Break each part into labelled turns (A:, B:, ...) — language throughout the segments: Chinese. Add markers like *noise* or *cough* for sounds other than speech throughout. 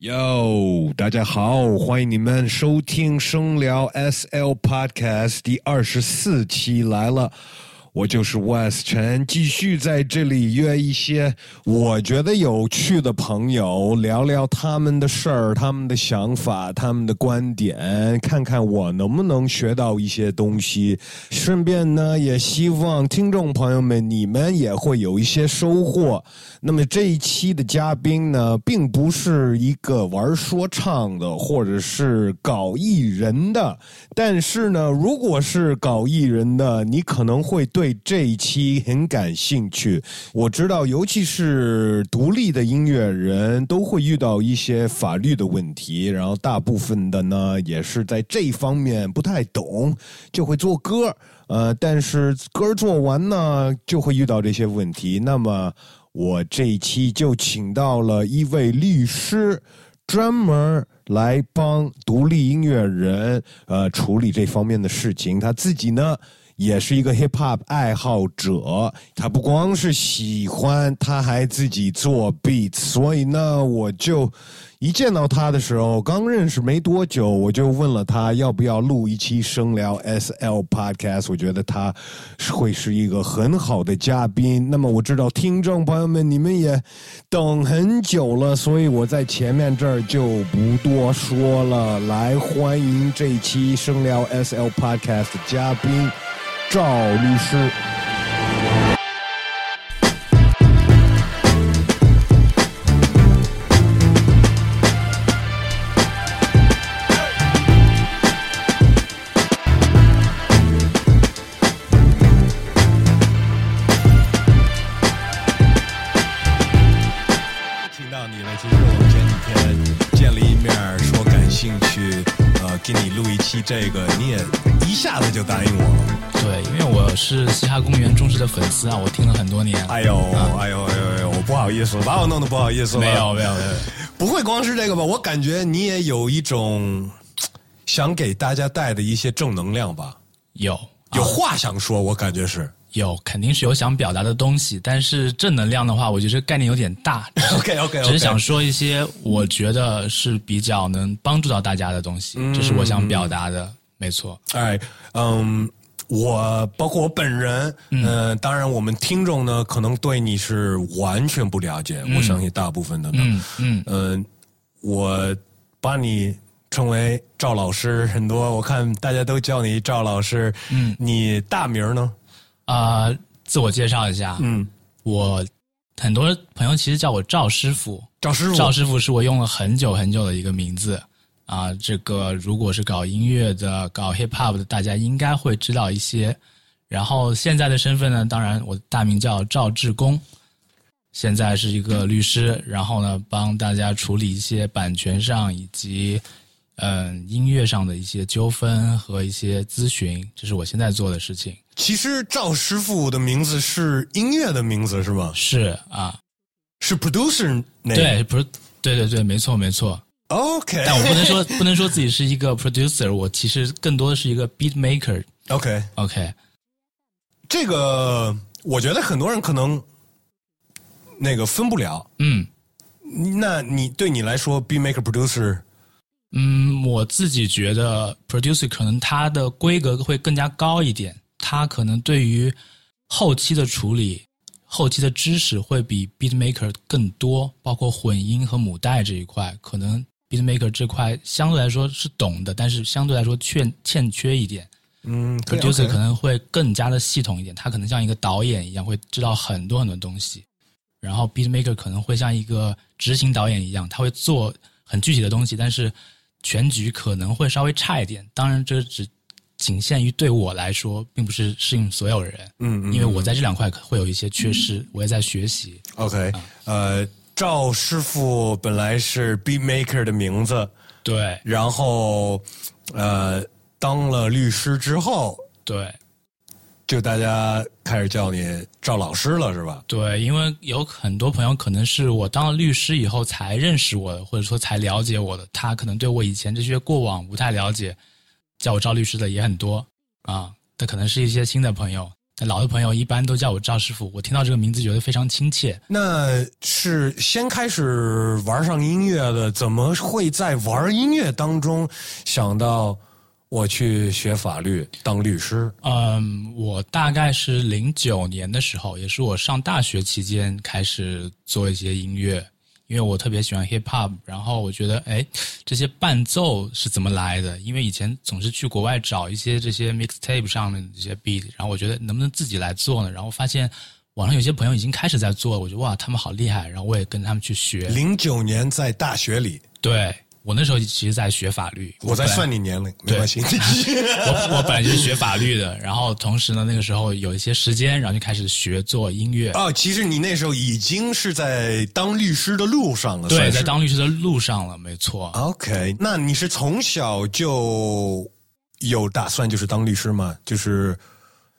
A: 哟，大家好，欢迎你们收听声聊 SL Podcast 第二十四期来了。我就是 West 陈，继续在这里约一些我觉得有趣的朋友，聊聊他们的事儿、他们的想法、他们的观点，看看我能不能学到一些东西。顺便呢，也希望听众朋友们你们也会有一些收获。那么这一期的嘉宾呢，并不是一个玩说唱的，或者是搞艺人的，但是呢，如果是搞艺人的，你可能会对这一期很感兴趣。我知道，尤其是独立的音乐人，都会遇到一些法律的问题，然后大部分的呢，也是在这一方面不太懂，就会做歌。呃，但是歌儿做完呢，就会遇到这些问题。那么我这一期就请到了一位律师，专门来帮独立音乐人呃处理这方面的事情。他自己呢。也是一个 hip hop 爱好者，他不光是喜欢，他还自己做 beat，所以呢，我就一见到他的时候，刚认识没多久，我就问了他要不要录一期声聊 SL podcast，我觉得他是会是一个很好的嘉宾。那么我知道听众朋友们你们也等很久了，所以我在前面这儿就不多说了。来，欢迎这一期声聊 SL podcast 的嘉宾。赵律师。听到你了，其实我们前几天见了一面儿，说感兴趣，呃，给你录一期这个，你也一下子就答应我了。
B: 对，因为我是嘻哈公园忠实的粉丝啊，我听了很多年。
A: *laughs* 哎呦，哎呦，哎呦，哎呦，我不好意思，把我弄得不好意思了。
B: 没有，没有，没有。
A: 不会光是这个吧？我感觉你也有一种嘖想给大家带的一些正能量吧，
B: 有
A: 有话想说，我感觉 *laughs* 是。
B: 有，肯定是有想表达的东西，但是正能量的话，我觉得这概念有点 *laughs* 大，
A: OK OK，
B: 只是想说一些我觉得是比较能帮助到大家的东西，这是我想表达的，没错。
A: 哎，嗯，我包括我本人，嗯、当然我们听众呢，可能对你是完全不了解，我相信大部分的呢，
B: 嗯嗯，
A: 嗯，我把你称为赵老师，很多我看大家都叫你赵老师，嗯，你大名呢？
B: 啊、自我介绍一下，
A: 嗯，
B: 我很多朋友其实叫我赵师傅，
A: 赵师傅，
B: 赵师傅是我用了很久很久的一个名字啊。这个如果是搞音乐的、搞 hip hop 的，大家应该会知道一些。然后现在的身份呢，当然我的大名叫赵志功，现在是一个律师，然后呢帮大家处理一些版权上以及嗯音乐上的一些纠纷和一些咨询，这是我现在做的事情。
A: 其实赵师傅的名字是音乐的名字是吗？
B: 是啊，
A: 是 producer 那
B: 对，不是，对对对，没错没错。
A: OK
B: *laughs* 但我不能说不能说自己是一个 producer，我其实更多的是一个 beat maker。
A: *laughs* OK，
B: OK，
A: 这个我觉得很多人可能那个分不了。
B: 嗯
A: 那你对你来说，B maker producer
B: 嗯，我自己觉得 producer 可能它的规格会更加高一点，它可能对于后期的处理、后期的知识会比 beat maker 更多，包括混音和母带这一块，可能 beat maker 这块相对来说是懂的，但是相对来说欠欠缺一点。
A: 嗯
B: producer 可能会更加的系统一点，他可能像一个导演一样，会知道很多很多东西。然后 beat maker 可能会像一个执行导演一样，他会做很具体的东西，但是全局可能会稍微差一点。当然，这只仅限于对我来说，并不是适应所有人。
A: 嗯嗯
B: 因为我在这两块可会有一些缺失，我也在学习。
A: OK，呃，赵师傅本来是 B maker 的名字，
B: 对
A: 然后呃当了律师之后，
B: 对
A: 就大家开始叫你赵老师了，是吧？
B: 对，因为有很多朋友可能是我当了律师以后才认识我的，或者说才了解我的，他可能对我以前这些过往不太了解，叫我赵律师的也很多啊。他可能是一些新的朋友，老的朋友一般都叫我赵师傅，我听到这个名字觉得非常亲切。
A: 那是先开始玩上音乐的，怎么会在玩音乐当中想到我去学法律当律师？
B: 嗯，我大概是零九年的时候，也是我上大学期间开始做一些音乐，因为我特别喜欢 hip hop，然后我觉得，哎，这些伴奏是怎么来的？因为以前总是去国外找一些这些 mixtape 上面的这些 beat，然后我觉得能不能自己来做呢？然后发现网上有些朋友已经开始在做，我觉得哇，他们好厉害，然后我也跟他们去学。
A: 零九年在大学里，
B: 对我那时候其实在学法律，
A: 我在
B: 本来
A: 算你年龄，没关系。 *laughs*
B: *laughs* 我我本来就是学法律的，然后同时呢，那个时候有一些时间，然后就开始学做音乐。
A: 哦，其实你那时候已经是在当律师的路上了，
B: 对，
A: 算是
B: 在当律师的路上了，没错。
A: OK，那你是从小就有打算就是当律师吗？就是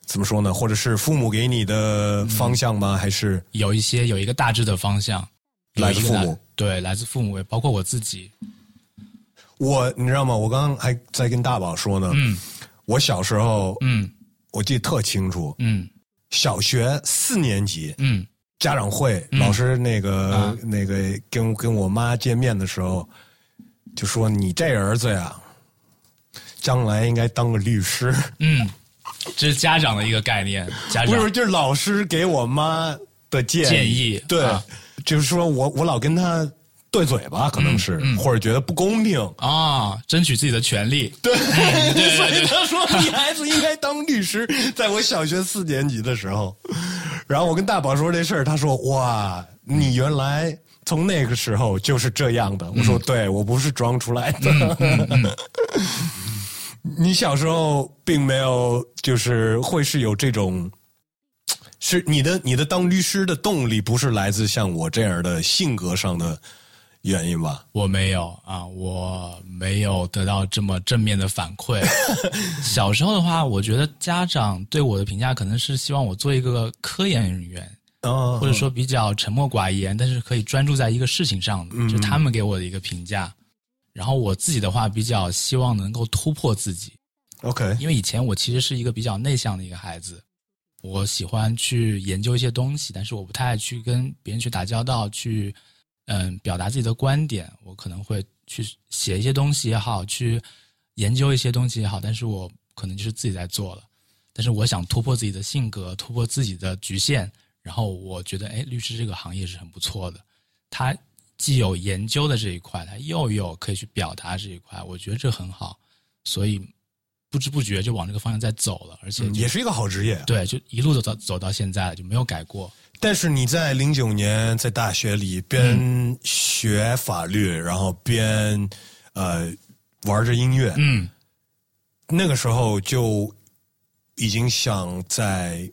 A: 怎么说呢？或者是父母给你的
B: 嗯
A: 方向吗？还是
B: 有一些有一个大致的方向，有
A: 来自
B: 一个大
A: 父母，
B: 对，来自父母，也包括我自己。
A: 我你知道吗？我刚刚还在跟大宝说呢。
B: 嗯
A: 我小时候
B: 嗯
A: 我记得特清楚，
B: 嗯
A: 小学四年级
B: 嗯
A: 家长会，老师那个、
B: 啊
A: 那个跟跟我妈见面的时候就说：“你这儿子呀，将来应该当个律
B: *laughs*
A: 师。”
B: 嗯，这是家长的一个概念，家
A: 不
B: 长
A: 是，就是老师给我妈的建议。
B: 建议
A: 对，
B: 啊
A: 就是说我我老跟她对嘴巴，可能是、
B: 嗯
A: 或者觉得不公平。
B: 啊、争取自己的权利。
A: *laughs* 对，所以他说你孩子应该当律师。在我小学四年级的时候，然后我跟大宝说这事儿，他说：“哇，你原来从那个时候就是这样的。”我说：“对，我不是装出来的。嗯 *laughs* 你小时候并没有，就是会是有这种，是你的你的当律师的动力，不是来自像我这样的性格上的原因吧？
B: 我没有啊，我没有得到这么正面的反
A: *laughs*
B: 馈。小时候的话，我觉得家长对我的评价可能是希望我做一个科研员，
A: 啊
B: 嗯或者说比较沉默寡言，但是可以专注在一个事情上的，就他们给我的一个评价。然后我自己的话，比较希望能够突破自己，
A: ，OK，
B: 因为以前我其实是一个比较内向的一个孩子，我喜欢去研究一些东西，但是我不太爱去跟别人去打交道，去嗯表达自己的观点。我可能会去写一些东西也好，去研究一些东西也好，但是我可能就是自己在做了。但是我想突破自己的性格，突破自己的局限，然后我觉得，哎，律师这个行业是很不错的，它既有研究的这一块，它又有可以去表达这一块，我觉得这很好，所以不知不觉就往这个方向在走了，而且就、
A: 也是一个好职业啊。
B: 对，就一路走到走到现在了，就没有改过。
A: 但是你在零九年在大学里边学法律，然后边呃玩着音乐，
B: 嗯，
A: 那个时候就已经想在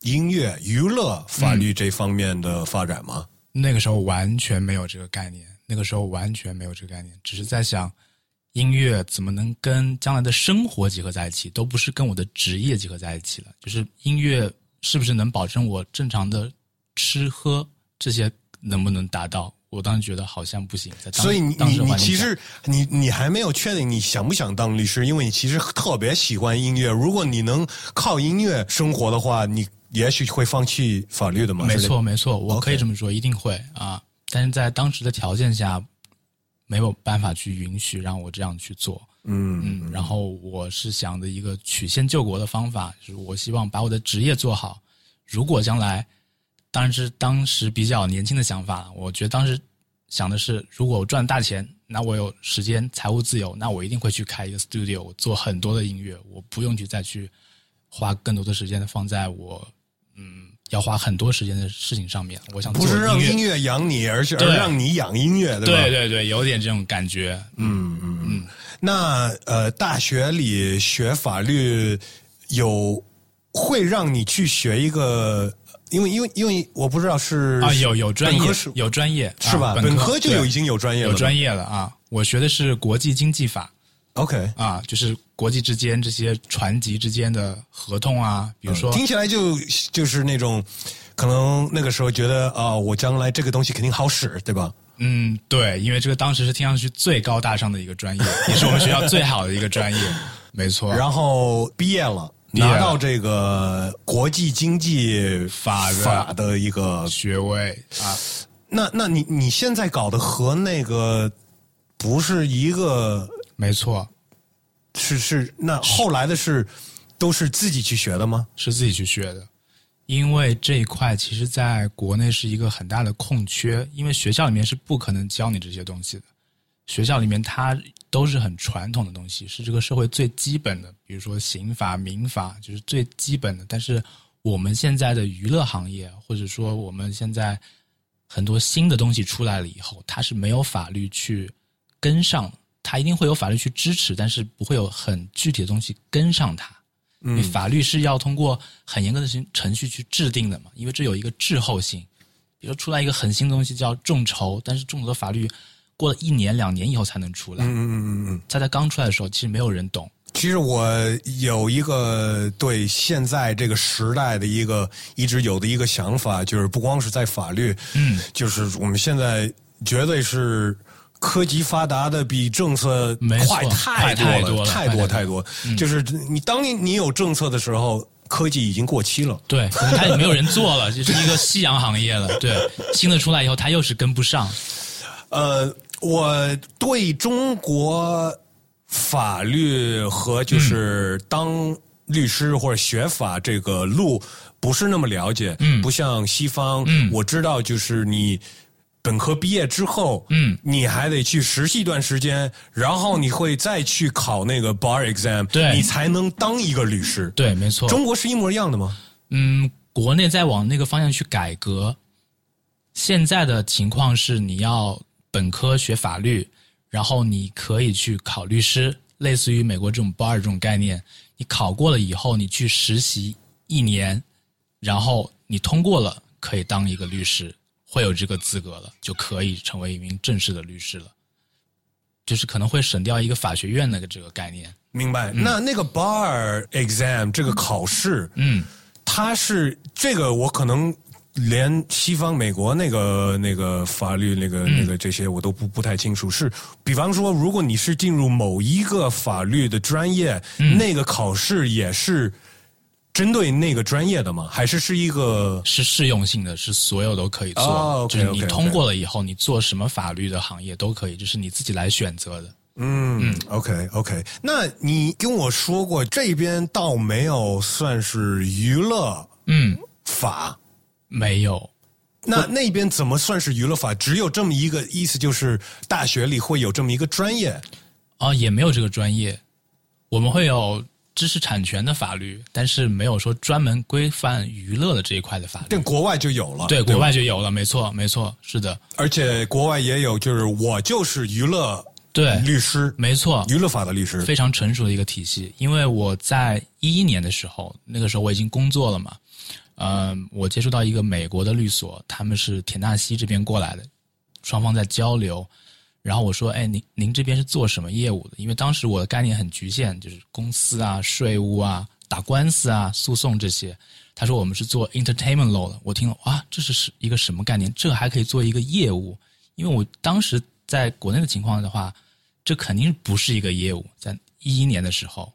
A: 音乐、娱乐、法律这方面的发展吗？
B: 那个时候完全没有这个概念，那个时候完全没有这个概念，只是在想音乐怎么能跟将来的生活结合在一起，都不是跟我的职业结合在一起了。就是音乐是不是能保证我正常的吃喝这些能不能达到？我当时觉得好像不行，在当
A: 所以你
B: 当
A: 你
B: 时的
A: 你
B: 环境
A: 其
B: 下
A: 实你你还没有确定你想不想当律师，因为你其实特别喜欢音乐。如果你能靠音乐生活的话，你也许会放弃法律的嘛？
B: 没
A: 是这
B: 错，没错，我
A: OK
B: 可以这么说，一定会啊。但是在当时的条件下，没有办法去允许让我这样去做。
A: 嗯，
B: 嗯，然后我是想的一个曲线救国的方法，就是我希望把我的职业做好。如果将来，当然是当时比较年轻的想法，我觉得当时想的是，如果我赚大钱，那我有时间财务自由，那我一定会去开一个 studio，我做很多的音乐，我不用去再去花更多的时间放在我嗯要花很多时间的事情上面。我想
A: 不是
B: 做
A: 让
B: 乐
A: 音乐养你，而是而
B: 对
A: 让你养音乐，对吧？
B: 对对对，有点这种感觉。嗯
A: 那呃，大学里学法律有会让你去学一个，因为因为因为我不知道是
B: 啊，有有专
A: 嗯本
B: 业
A: 科是，
B: 有专业
A: 是吧？
B: 啊本
A: 科就有
B: 对
A: 已经有专业了，
B: 有专业了啊！我学的是国际经济法
A: OK，
B: 啊，就是国际之间这些船籍之间的合同啊，比如说，
A: 嗯听起来就就是那种。可能那个时候觉得啊、我将来这个东西肯定好使，对吧？
B: 嗯，对，因为这个当时是听上去最
A: *laughs*
B: 高大上的一个专业，也是我们学校最好的一个专业，没错。
A: 然后毕业了，拿到这个国际经济
B: 法的
A: 法的一个
B: 学位啊，
A: 那那你你现在搞的和那个不是一个
B: 没错，
A: 是是那后来的是都是自己去学的吗？
B: 是自己去学的，因为这一块其实在国内是一个很大的空缺，因为学校里面是不可能教你这些东西的，学校里面它都是很传统的东西，是这个社会最基本的，比如说刑法、民法，就是最基本的。但是我们现在的娱乐行业，或者说我们现在很多新的东西出来了以后，它是没有法律去跟上的，它一定会有法律去支持，但是不会有很具体的东西跟上它。
A: 嗯
B: 因为法律是要通过很严格的程程序去制定的嘛，因为这有一个滞后性。比如说出来一个很新的东西叫众筹，但是众筹的法律过了一年两年以后才能出来。
A: 嗯嗯嗯嗯。
B: 在它刚出来的时候，其实没有人懂。
A: 其实我有一个对现在这个时代的一个一直有的一个想法，就是不光是在法律，
B: 嗯，
A: 就是我们现在绝对是科技发达的比政策
B: 没错
A: 快太多
B: 快太多了
A: 太
B: 快太多
A: 多太多。
B: 嗯了
A: 就是你当你你有政策的时候，科技已经过期了。
B: *laughs* 对，可能它也没有人做了，就是一个夕阳行业了。对，新的出来以后，它又是跟不上。
A: 呃，我对中国法律和就是
B: 嗯
A: 当律师或者学法这个路不是那么了解，嗯，不像西方，嗯，我知道就是你。本科毕业之后，
B: 嗯
A: 你还得去实习一段时间，然后你会再去考那个 bar exam，
B: 对
A: 你才能当一个律师。，
B: 对，没错。
A: 中国是一模一样的吗？
B: 嗯，国内在往那个方向去改革。现在的情况是，你要本科学法律，然后你可以去考律师，类似于美国这种 bar 这种概念。你考过了以后，你去实习一年，然后你通过了，可以当一个律师，会有这个资格了，就可以成为一名正式的律师了。就是可能会省掉一个法学院的这个概念。
A: 明白。那那个 bar exam 这个考试，
B: 嗯，
A: 它是这个，我可能连西方美国那个那个法律那
B: 嗯
A: 个那个这些我都不不太清楚。是，比方说，如果你是进入某一个法律的专业，
B: 嗯
A: 那个考试也是针对那个专业的吗？还是是一个？
B: 是适用性的，是所有都可以做，
A: 哦
B: 就是
A: ，OK，OK，OK
B: 你通过了以后，你做什么法律的行业都可以，这是你自己来选择的。
A: 嗯，OK OK。那你跟我说过，这边倒没有算是娱乐
B: 嗯，
A: 法。
B: 没有，
A: 那那边怎么算是娱乐法？只有这么一个意思，就是大学里会有这么一个专业。
B: 啊、也没有这个专业，我们会有知识产权的法律，但是没有说专门规范娱乐的这一块的法律。
A: 但国外就有了，
B: 对，国
A: 吧，
B: 外就有了，没错，没错，是的，
A: 而且国外也有，就是我就是娱乐
B: 对，
A: 律师，
B: 没错，
A: 娱乐法的律师。
B: 非常成熟的一个体系。因为我在一一年的时候，那个时候我已经工作了嘛，嗯，我接触到一个美国的律所，他们是田纳西这边过来的，双方在交流。然后我说：“哎，您您这边是做什么业务的？因为当时我的概念很局限，就是公司啊、税务啊、打官司啊、诉讼这些。”他说：“我们是做 entertainment law 的。”我听了，哇，这是是一个什么概念？这还可以做一个业务？因为我当时在国内的情况的话，这肯定不是一个业务。在一一年的时候，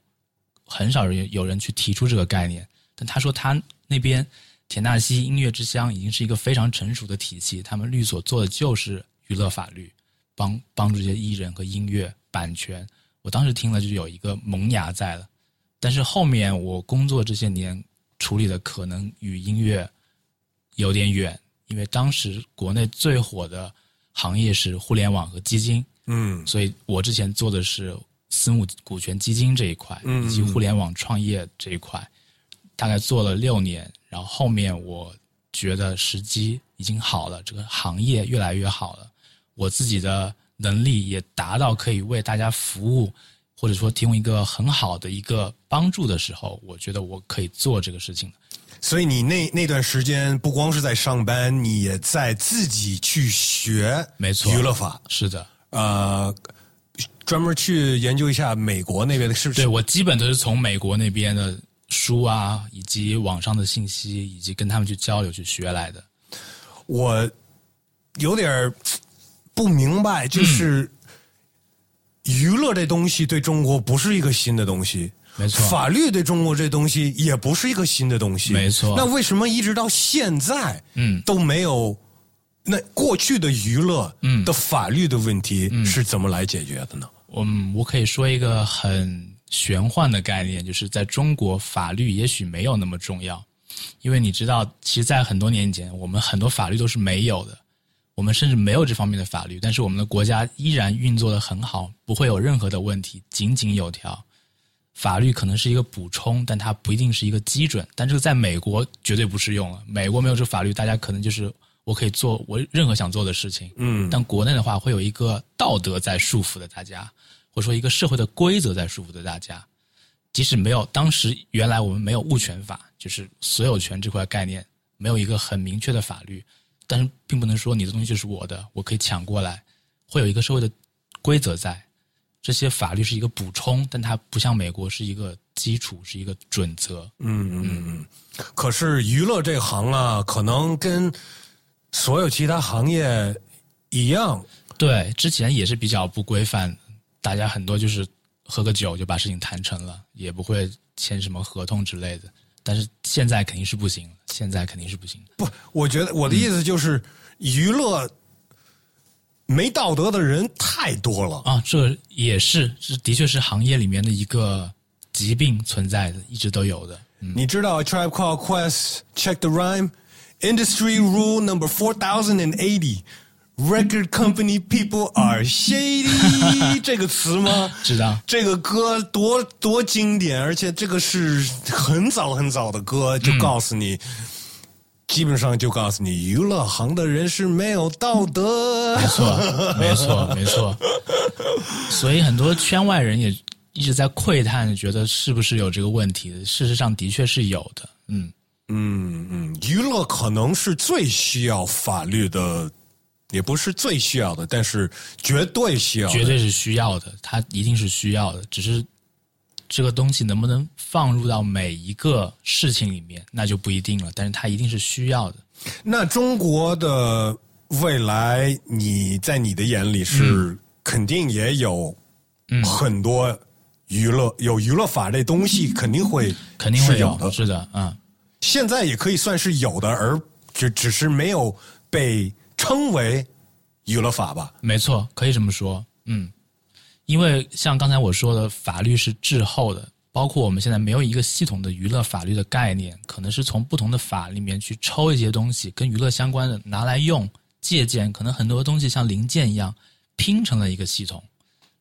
B: 很少人有人去提出这个概念。但他说他那边田纳西音乐之乡已经是一个非常成熟的体系，他们律所做的就是娱乐法律，帮帮助这些艺人和音乐版权。我当时听了就有一个萌芽在了，但是后面我工作这些年处理的可能与音乐有点远，因为当时国内最火的行业是互联网和基金，
A: 嗯
B: 所以我之前做的是私募股权基金这一块，
A: 嗯
B: 以及互联网创业这一块，大概做了六年。然后后面我觉得时机已经好了，这个行业越来越好了，我自己的能力也达到可以为大家服务，或者说提供一个很好的一个帮助的时候，我觉得我可以做这个事情了。
A: 所以你那那段时间不光是在上班，你也在自己去学，
B: 没错
A: 娱乐法，
B: 是的，
A: 呃，专门去研究一下美国那边的是不
B: 对
A: 是？
B: 我基本都是从美国那边的书啊，以及网上的信息，以及跟他们去交流去学来的。
A: 我有点儿不明
B: 嗯
A: 白，就是娱乐这东西对中国不是一个新的东西。
B: 没错
A: 法律对中国这东西也不是一个新的东西，
B: 没错
A: 那为什么一直到现在，
B: 嗯
A: 都没有？那过去的娱乐，
B: 嗯
A: 的法律的问题是怎么来解决的呢？
B: 我们我可以说一个很玄幻的概念，就是在中国法律也许没有那么重要，因为你知道，其实，在很多年以前，我们很多法律都是没有的，我们甚至没有这方面的法律，但是我们的国家依然运作的很好，不会有任何的问题，井井有条。法律可能是一个补充，但它不一定是一个基准。但这个在美国绝对不适用了，美国没有这个法律，大家可能就是我可以做我任何想做的事情。
A: 嗯
B: 但国内的话，会有一个道德在束缚着大家，或者说一个社会的规则在束缚着大家。即使没有当时原来我们没有物权法，就是所有权这块概念没有一个很明确的法律，但是并不能说你的东西就是我的，我可以抢过来，会有一个社会的规则在。这些法律是一个补充，但它不像美国是一个基础，是一个准则。
A: 嗯嗯嗯。可是娱乐这行啊，可能跟所有其他行业一样，
B: 对，之前也是比较不规范，大家很多就是喝个酒就把事情谈成了，也不会签什么合同之类的。但是现在肯定是不行了，现在肯定是不行了。
A: 不，我觉得我的意思就是，娱乐没道德的人太多了。
B: 啊，这也是，这的确是行业里面的一个疾病存在的，一直都有的。
A: 你知道 Tribe Called Quest Check the Rhyme Industry Rule Number Four Thousand and Eighty Record Company People Are
B: *laughs*
A: Shady 这个词吗？
B: 知道
A: 这个歌多多经典，而且这个是很早很早的歌，
B: 嗯
A: 就告诉你。基本上就告诉你，娱乐行的人是没有道德。
B: 没错， *laughs* 没错，没错。所以很多圈外人也一直在窥探，觉得是不是有这个问题的？事实上，的确是有的。嗯，
A: 娱乐可能是最需要法律的，也不是最需要的，但是绝对需要的。
B: 绝对是需要的，它一定是需要的。只是这个东西能不能放入到每一个事情里面，那就不一定了。但是它一定是需要的。
A: 那中国的未来，你在你的眼里
B: 嗯
A: 是肯定也有很多娱乐，有娱乐法这东西肯定会
B: 嗯肯定会
A: 是有的，
B: 是的，嗯，
A: 现在也可以算是有的，而只只是没有被称为娱乐法吧。
B: 没错，可以这么说，嗯，因为像刚才我说的，法律是滞后的，包括我们现在没有一个系统的娱乐法律的概念，可能是从不同的法里面去抽一些东西，跟娱乐相关的拿来用借鉴，可能很多东西像零件一样拼成了一个系统。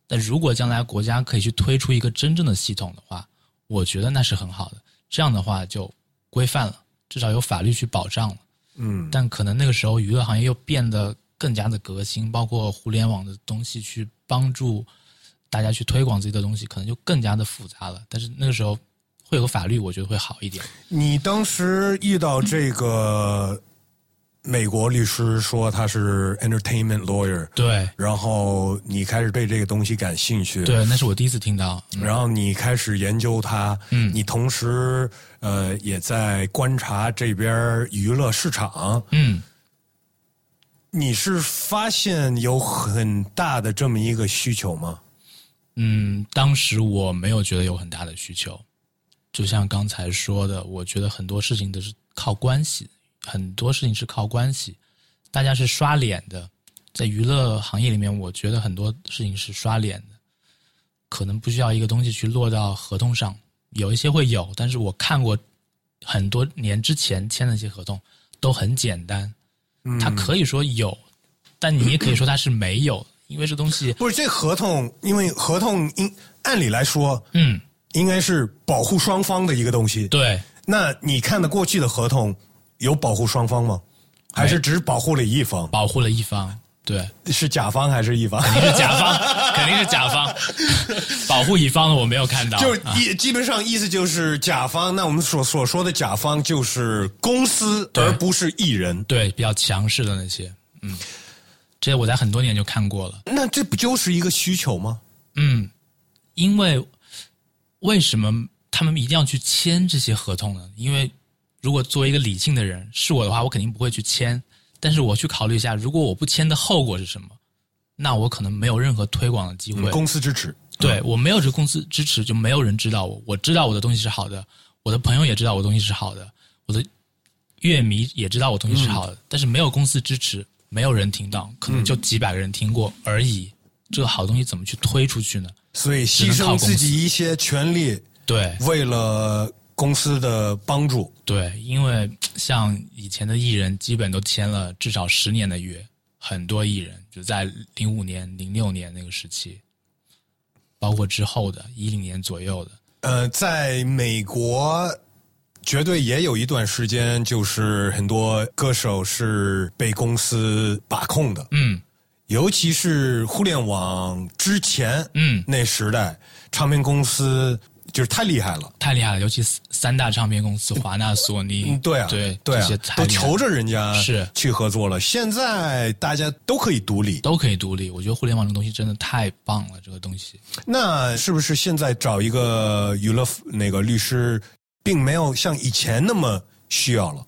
B: 但如果将来国家可以去推出一个真正的系统的话，我觉得那是很好的。这样的话就规范了，至少有法律去保障了。
A: 嗯，
B: 但可能那个时候娱乐行业又变得更加的革新，包括互联网的东西去帮助大家去推广自己的东西，可能就更加的复杂了。但是那个时候会有个法律，我觉得会好一点。
A: 你当时遇到这个美国律师说他是 entertainment lawyer，
B: 对
A: 然后你开始对这个东西感兴趣，
B: 对，那是我第一次听到。嗯
A: 然后你开始研究它，嗯，你同时呃也在观察这边娱乐市场，
B: 嗯，
A: 你是发现有很大的这么一个需求吗？
B: 嗯，当时我没有觉得有很大的需求，就像刚才说的，我觉得很多事情都是靠关系，很多事情是靠关系，大家是刷脸的，在娱乐行业里面，我觉得很多事情是刷脸的，可能不需要一个东西去落到合同上，有一些会有，但是我看过很多年之前签的一些合同都很简单，它可以说有，但你也可以说它是没有，因为这东西，
A: 不是这合同，因为合同应按理来说
B: 嗯，
A: 应该是保护双方的一个东西，
B: 对。
A: 那你看的过去的合同有保护双方吗？
B: 哎
A: 还是只保护了一方？
B: 保护了一方，对， *laughs*
A: 是甲方还是乙方？
B: 是甲方，肯定是甲方，保护乙方的我没有看到，
A: *laughs* 就是基基本上意思就是甲方，那我们所所说的甲方就是公司，而不是艺人。
B: 对比较强势的那些，嗯，这些我在很多年就看过了，
A: 那这不就是一个需求吗？
B: 嗯，因为为什么他们一定要去签这些合同呢？因为如果作为一个理性的人，是我的话，我肯定不会去签，但是我去考虑一下，如果我不签的后果是什么，那我可能没有任何推广的机会，
A: 公司支持，
B: 对我没有这个公司支持，就没有人知道我。我知道我的东西是好的，我的朋友也知道我东西是好的，我的乐迷也知道我东西是好的，但是没有公司支持，没有人听到，可能就几百个人听过而已。这个好东西怎么去推出去呢？
A: 所以
B: 只
A: 牺
B: 能靠
A: 牲
B: 公司
A: 自己一些权利，
B: 对
A: 为了公司的帮助。
B: 对，因为像以前的艺人，基本都签了至少十年的约，很多艺人就在零五年、零六年那个时期，包括之后的一零年左右的，
A: 呃，在美国，绝对也有一段时间，就是很多歌手是被公司把控的，
B: 嗯
A: 尤其是互联网之前，
B: 嗯，
A: 那时代，唱片公司就是太厉害了。
B: 太厉害了，尤其三三大唱片公司华纳、索尼
A: 嗯，，对啊，
B: 对
A: 对啊
B: 这些，太
A: 都
B: 厉害了
A: 求着人家
B: 是
A: 去合作了。现在大家都可以独立，
B: 都可以独立。我觉得互联网这个东西真的太棒了，这个东西
A: 那是不是现在找一个娱乐那个律师，并没有像以前那么需要了？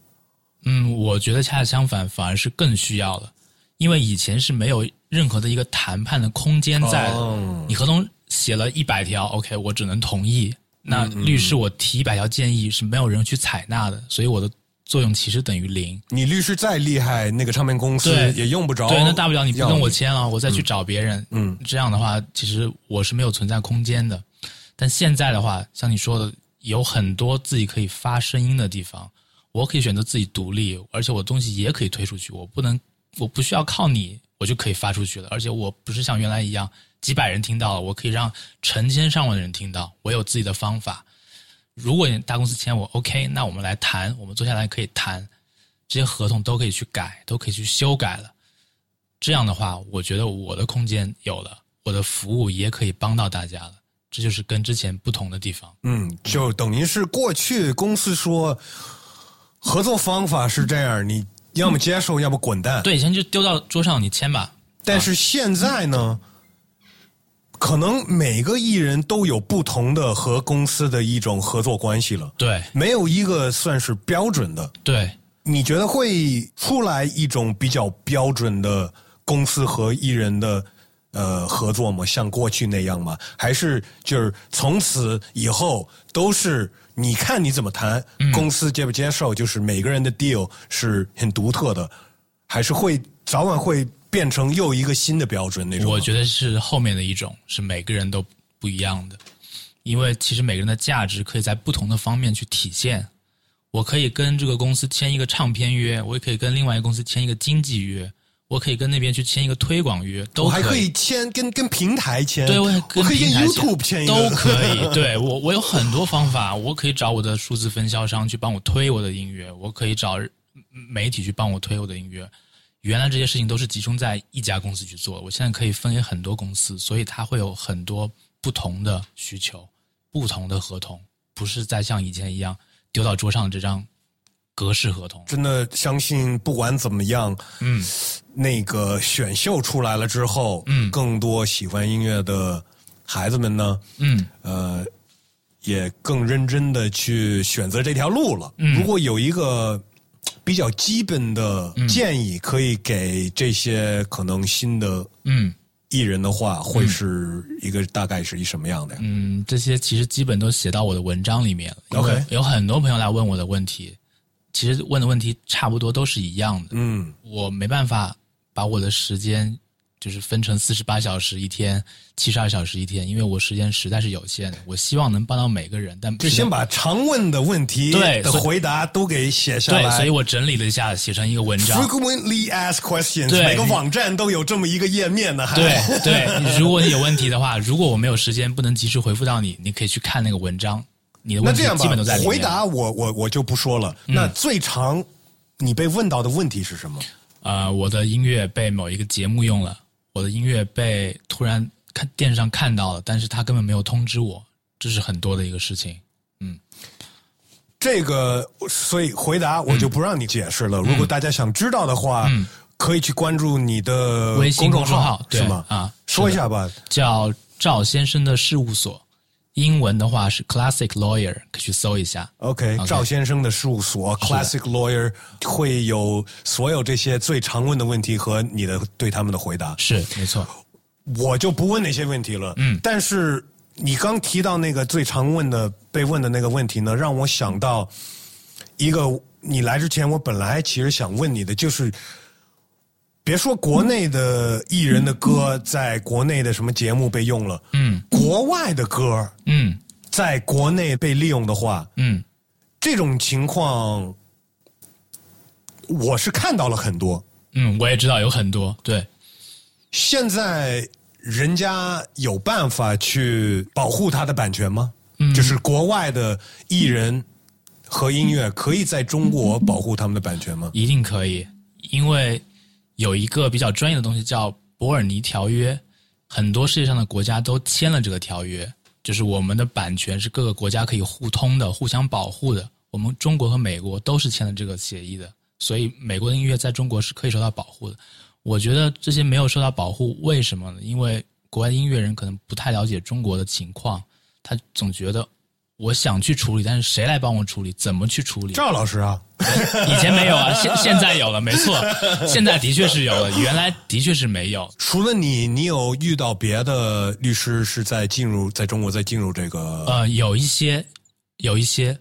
B: 嗯，我觉得恰恰相反，反而是更需要了，因为以前是没有任何的一个谈判的空间在的。
A: 哦
B: 你合同写了一百条，OK，我只能同意。那
A: 嗯
B: 律师我提一百条建议是没有人去采纳的，所以我的作用其实等于零。
A: 你律师再厉害，那个唱片公司
B: 对
A: 也用不着。
B: 对，那大不了你不
A: 要
B: 跟我签了，啊我再去找别人。嗯，这样的话，其实我是没有存在空间的。但现在的话，像你说的，有很多自己可以发声音的地方，我可以选择自己独立，而且我东西也可以推出去，我不能，我不需要靠你，我就可以发出去了。而且我不是像原来一样几百人听到了，我可以让成千上万的人听到，我有自己的方法。如果你大公司签我，OK，那我们来谈，我们坐下来可以谈，这些合同都可以去改，都可以去修改了。这样的话，我觉得我的空间有了，我的服务也可以帮到大家了。这就是跟之前不同的地方。
A: 嗯，就等于是过去公司说合作方法是这样，你要么接受，要么滚蛋。
B: 对，以前就丢到桌上，你签吧。
A: 但是现在呢，可能每个艺人都有不同的和公司的一种合作关系了，
B: 对
A: 没有一个算是标准的。
B: 对，
A: 你觉得会出来一种比较标准的公司和艺人的呃合作吗？像过去那样吗？还是就是从此以后都是你看你怎么谈，公司接不接受，就是每个人的 deal 是很独特的，还是会早晚会变成又一个新的标准那种吗？
B: 我觉得是后面的一种，是每个人都不一样的，因为其实每个人的价值可以在不同的方面去体现。我可以跟这个公司签一个唱片约，我也可以跟另外一个公司签一个经纪约，我可以跟那边去签一个推广约，都
A: 我还
B: 可
A: 可以签跟跟平台签，
B: 对，我也
A: 我
B: 跟
A: 可以跟
B: 平台
A: YouTube 签一个
B: 都可以。对我，我有很多方法，我可以找我的数字分销商去帮我推我的音乐，我可以找媒体去帮我推我的音乐。原来这些事情都是集中在一家公司去做，我现在可以分给很多公司，所以它会有很多不同的需求、不同的合同，不是再像以前一样丢到桌上这张格式合同。
A: 真的相信，不管怎么样，
B: 嗯，
A: 那个选秀出来了之后，
B: 嗯
A: 更多喜欢音乐的孩子们呢，
B: 嗯，
A: 呃，也更认真的去选择这条路了。
B: 嗯
A: 如果有一个比较基本的建议，可以给这些可能新的
B: 嗯。
A: 艺人的话，会是一个大概是一什么样的呀？
B: 嗯，这些其实基本都写到我的文章里面了。因为
A: OK
B: 有很多朋友来问我的问题，其实问的问题差不多都是一样的。
A: 嗯，
B: 我没办法把我的时间就是分成四十八小时一天、七十二小时一天，因为我时间实在是有限的。我希望能帮到每个人，但
A: 就先把常问的问题
B: 对
A: 的
B: 所以
A: 回答都给写下来。
B: 对，所以我整理了一下，写成一个文章。
A: Frequently asked questions，
B: 对
A: 每个网站都有这么一个页面呢。还
B: 对对，如果你有问题的话，如果我没有时间不能及时回复到你，你可以去看那个文章，你的
A: 那
B: 问题
A: 这样吧
B: 基本都在里，面。嗯
A: 回答我我我就不说了。那最常你被问到的问题是什么？
B: 呃，我的音乐被某一个节目用了，我的音乐被突然看电视上看到了，但是他根本没有通知我，这是很多的一个事情。
A: 这个，所以回答我就不让你解释
B: 嗯
A: 了。如果大家想知道的话，可以去关注你的
B: 微信
A: 公
B: 公众
A: 号
B: 号，对
A: 是吗？
B: 啊
A: 说一下吧。
B: 叫赵先生的事务所，英文的话是 Classic Lawyer，可以去搜一下。
A: OK，赵先生的事务所 Classic Lawyer 会有所有这些最常问的问题和你的对他们的回答。
B: 是没错，
A: 我就不问那些问题了。嗯，但是你刚提到那个最常问的被问的那个问题呢，让我想到一个，你来之前我本来其实想问你的，就是别说国内的艺人的歌在国内的什么节目被用了，嗯，国外的歌
B: 嗯
A: 在国内被利用的话，
B: 嗯
A: 这种情况我是看到了很多。
B: 嗯，我也知道有很多，对，
A: 现在人家有办法去保护他的版权吗？嗯，就是国外的艺人和音乐可以在中国保护他们的版权吗？
B: 一定可以，因为有一个比较专业的东西叫《伯尔尼条约》，很多世界上的国家都签了这个条约，就是我们的版权是各个国家可以互通的、互相保护的。我们中国和美国都是签了这个协议的，所以美国的音乐在中国是可以受到保护的。我觉得这些没有受到保护，为什么呢？因为国外的音乐人可能不太了解中国的情况，他总觉得我想去处理，但是谁来帮我处理？怎么去处理？
A: 赵老师啊，
B: 以前没有啊，现现在有了，没错，现在的确是有了，原来的确是没有。
A: 除了你，你有遇到别的律师是在进入在中国在进入这个？
B: 呃，有一些，有一些，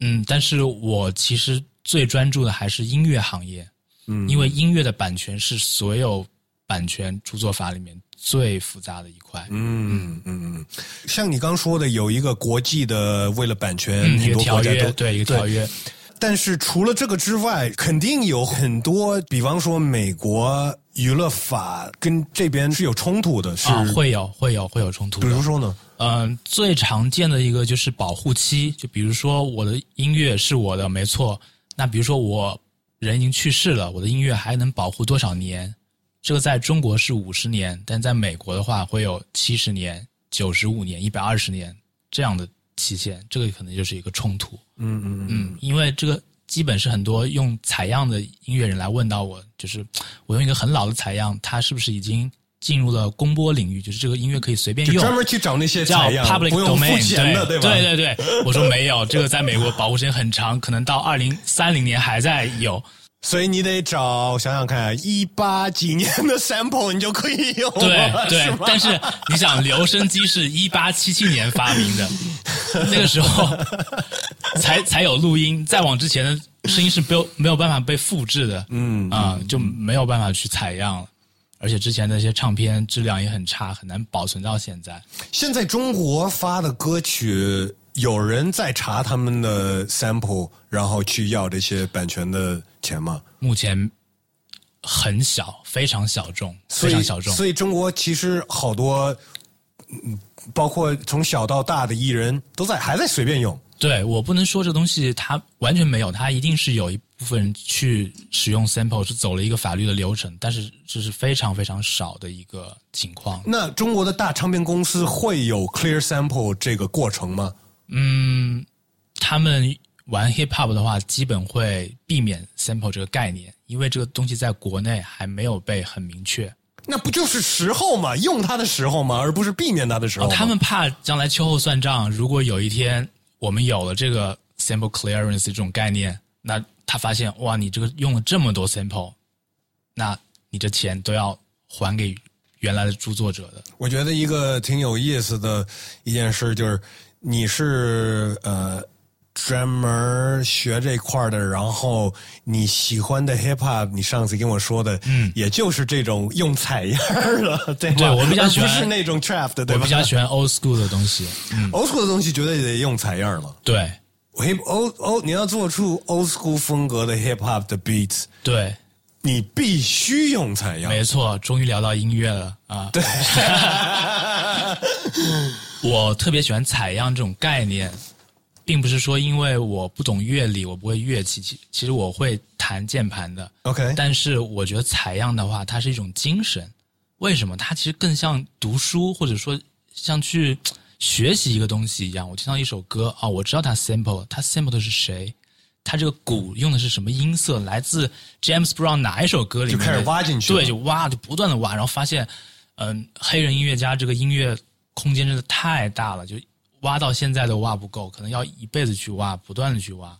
B: 嗯，但是我其实最专注的还是音乐行业，
A: 嗯
B: 因为音乐的版权是所有版权著作法里面最复杂的一块。
A: 嗯嗯嗯，像你刚说的，有一个国际的为了版权，
B: 嗯，一
A: 很多
B: 个
A: 国
B: 条
A: 家
B: 约
A: 都，
B: 对一个条约，
A: 但是除了这个之外，肯定有很多，比方说美国娱乐法跟这边是有冲突的，是、
B: 啊，会有会有会有冲突
A: 比
B: 的。
A: 如说呢？
B: 嗯，最常见的一个就是保护期，就比如说我的音乐是我的，没错。那比如说我人已经去世了，我的音乐还能保护多少年？这个在中国是五十年，但在美国的话会有七十年、九十五年、一百二十年这样的期限，这个可能就是一个冲突。
A: 嗯嗯嗯，
B: 嗯，因为这个基本是很多用采样的音乐人来问到我，就是我用一个很老的采样，它是不是已经进入了公播领域？就是这个音乐可以随便
A: 就
B: 用，
A: 专门去找那些
B: 叫
A: 采样
B: public
A: 不用付
B: domain，
A: 钱的，
B: 对
A: 吧？
B: 对对对我说没有，这个在美国保护时间很长，可能到二零三零年还在有。
A: 所以你得找，想想看，一八几年的 sample 你就可以用
B: 对
A: 了，
B: 对
A: 哦是吧，
B: 但是你想，留声机是一八七七年发明的，那个
A: *laughs*
B: 时候才才有录音，再往之前的声音是没有没有办法被复制的，嗯啊、就没有办法去采样了。而且之前那些唱片质量也很差，很难保存到现在。
A: 现在中国发的歌曲，有人在查他们的 sample，然后去要这些版权的钱吗？
B: 目前很小，非常小众，
A: 所
B: 非常
A: 以，
B: 小众。
A: 所以中国其实好多，嗯包括从小到大的艺人都在还在随便用。
B: 对我不能说这个东西它完全没有，它一定是有一部分人去使用 sample 是走了一个法律的流程，但是这是非常非常少的一个情况。
A: 那中国的大唱片公司会有 clear sample 这个过程吗？
B: 嗯，他们玩 hip hop 的话，基本会避免 sample 这个概念，因为这个东西在国内还没有被很明确。
A: 那不就是时候嘛，用它的时候嘛，而不是避免它的时候
B: 哦
A: 嘛、，
B: 他们怕将来秋后算账，如果有一天我们有了这个 sample clearance 这种概念，那他发现哇，你这个用了这么多 sample，那你这钱都要还给原来的著作者的。
A: 我觉得一个挺有意思的一件事就是，你是呃专门学这块儿的，然后你喜欢的 hip hop，你上次跟我说的，嗯，也就是这种用采样儿
B: *laughs*
A: 了，对吧？
B: 对我比较喜欢
A: 而不是那种 trap 的，对
B: 我
A: 吧？
B: 比较喜欢 old school 的东西，嗯，
A: old school 的东西绝对得用采样儿了。
B: 对
A: hip old old，你要做出 old school 风格的 hip hop 的 beats，
B: 对，
A: 你必须用采样。
B: 没错，终于聊到音乐了啊！对， *laughs* 我特别喜欢采样这种概念，并不是说因为我不懂乐理，我不会乐器，其其实我会弹键盘的。
A: OK
B: 但是我觉得采样的话，它是一种精神。为什么？它其实更像读书，或者说像去学习一个东西一样。我听到一首歌啊、我知道它 sample，它 sample 的是谁？它这个鼓用的是什么音色？来自 James Brown 哪一首歌里面的？
A: 就开始挖进去了
B: 对，就挖，就不断的挖，然后发现，嗯，黑人音乐家这个音乐空间真的太大了，就挖到现在都挖不够，可能要一辈子去挖，不断的去挖。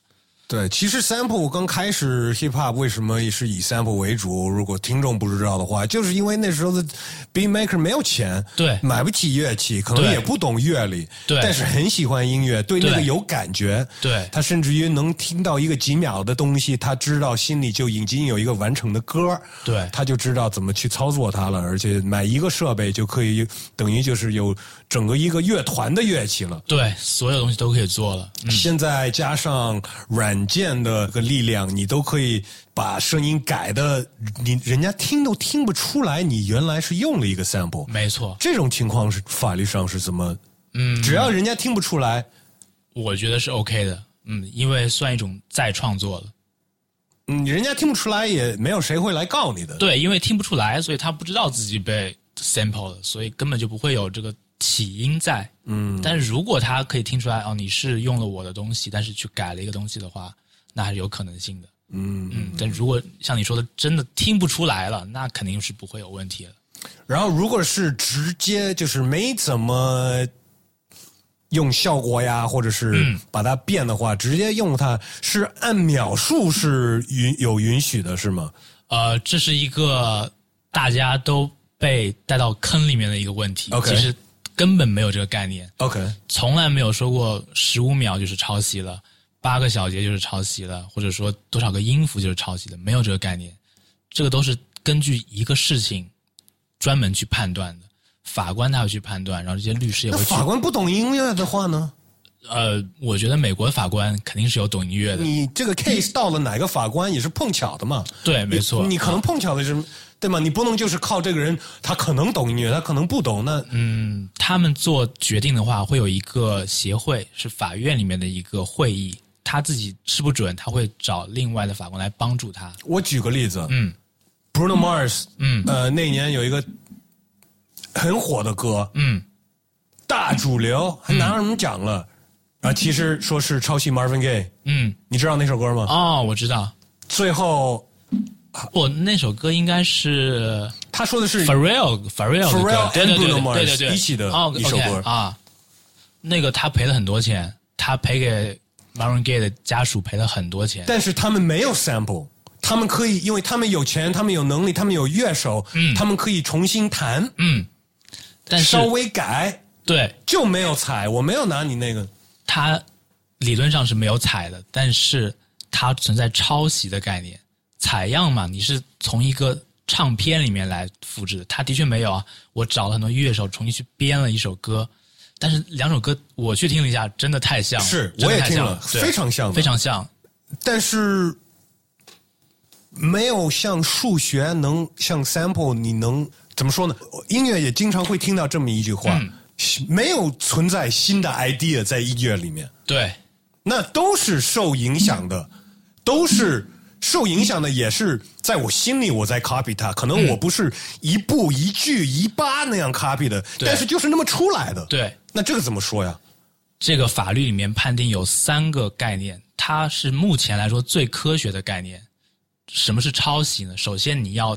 A: 对，其实 sample 刚开始 hip hop 为什么是以 sample 为主？如果听众不知道的话，就是因为那时候的 beat maker 没有钱，
B: 对
A: 买不起乐器，可能
B: 对
A: 也不懂乐理，
B: 对
A: 但是很喜欢音乐，对那个
B: 对
A: 有感觉，
B: 对
A: 他甚至于能听到一个几秒的东西，他知道心里就已经有一个完整的歌，
B: 对
A: 他就知道怎么去操作它了，而且买一个设备就可以，等于就是有整个一个乐团的乐器了。
B: 对，所有东西都可以做了。嗯，
A: 现在加上软件的个力量，你都可以把声音改的，你人家听都听不出来，你原来是用了一个 sample。
B: 没错，
A: 这种情况是法律上是怎么？
B: 嗯，
A: 只要人家听不出来，
B: 我觉得是 OK 的。嗯，因为算一种再创作了。
A: 嗯，人家听不出来也没有谁会来告你的。
B: 对，因为听不出来，所以他不知道自己被 sample 了，所以根本就不会有这个起因在。嗯，但是如果他可以听出来，哦，你是用了我的东西，但是去改了一个东西的话，那还是有可能性的。
A: 嗯，
B: 嗯，但如果像你说的，真的听不出来了，那肯定是不会有问题了。
A: 然后如果是直接就是没怎么用效果呀，或者
B: 嗯
A: 是把它变的话，直接用它是按秒数是允有允许的，是吗？
B: 呃，这是一个大家都被带到坑里面的一个问题。
A: OK
B: 其实根本没有这个概念，
A: OK，
B: 从来没有说过十五秒就是抄袭了，八个小节就是抄袭了，或者说多少个音符就是抄袭的，没有这个概念。这个都是根据一个事情专门去判断的，法官他会去判断，然后这些律师也
A: 那
B: 会去。
A: 法官不懂音乐的话呢？
B: 呃，我觉得美国法官肯定是有懂音乐的，
A: 你这个 case 到了哪个法官也是碰巧的嘛？
B: 对，没错。
A: 你可能碰巧的是，对吗？你不能就是靠这个人，他可能懂音乐，他可能不懂。那
B: 嗯，他们做决定的话，会有一个协会，是法院里面的一个会议，他自己吃不准，他会找另外的法官来帮助他。
A: 我举个例子，
B: 嗯
A: ，Bruno Mars，
B: 嗯
A: 呃，那年有一个很火的歌，
B: 嗯，
A: 大主流还拿什么奖了？啊，其实说是抄袭 Marvin Gaye，
B: 嗯，
A: 你知道那首歌吗？
B: 哦，我知道，
A: 最后
B: 不，哦那首歌应该是
A: 他说的是
B: Pharrell Pharrell 的歌
A: Pharrell and
B: 对对对
A: Bruno Mars
B: 对对对
A: 一起的
B: 哦
A: 一首
B: OK，
A: 歌
B: 啊。那个他赔了很多钱，他赔给 Marvin Gaye 的家属赔了很多钱。
A: 但是他们没有 sample，他们可以，因为他们有钱，他们有能力，他们有乐手，他们可以重新弹，
B: 但是
A: 稍微改，
B: 对
A: 就没有踩，我没有拿你那个。
B: 它理论上是没有采的，但是它存在抄袭的概念。采样嘛，你是从一个唱片里面来复制的，它的确没有啊。我找了很多乐手重新去编了一首歌，但是两首歌我去听了一下，真的太像了，
A: 是
B: 真的
A: 我也
B: 太
A: 听
B: 像
A: 了
B: 对
A: 非常像的
B: 非常像。
A: 但是没有像数学能像 sample，你能怎么说呢？音乐也经常会听到这么一句话：没有存在新的 idea 在音乐里面，
B: 对
A: 那都是受影响的，都是。受影响的也是在我心里，我在 copy 它，可能我不是一步一句一巴那样 copy 的，
B: 对
A: 但是就是那么出来的。，
B: 对，
A: 那这个怎么说呀？
B: 这个法律里面判定有三个概念，它是目前来说最科学的概念。什么是抄袭呢？首先你要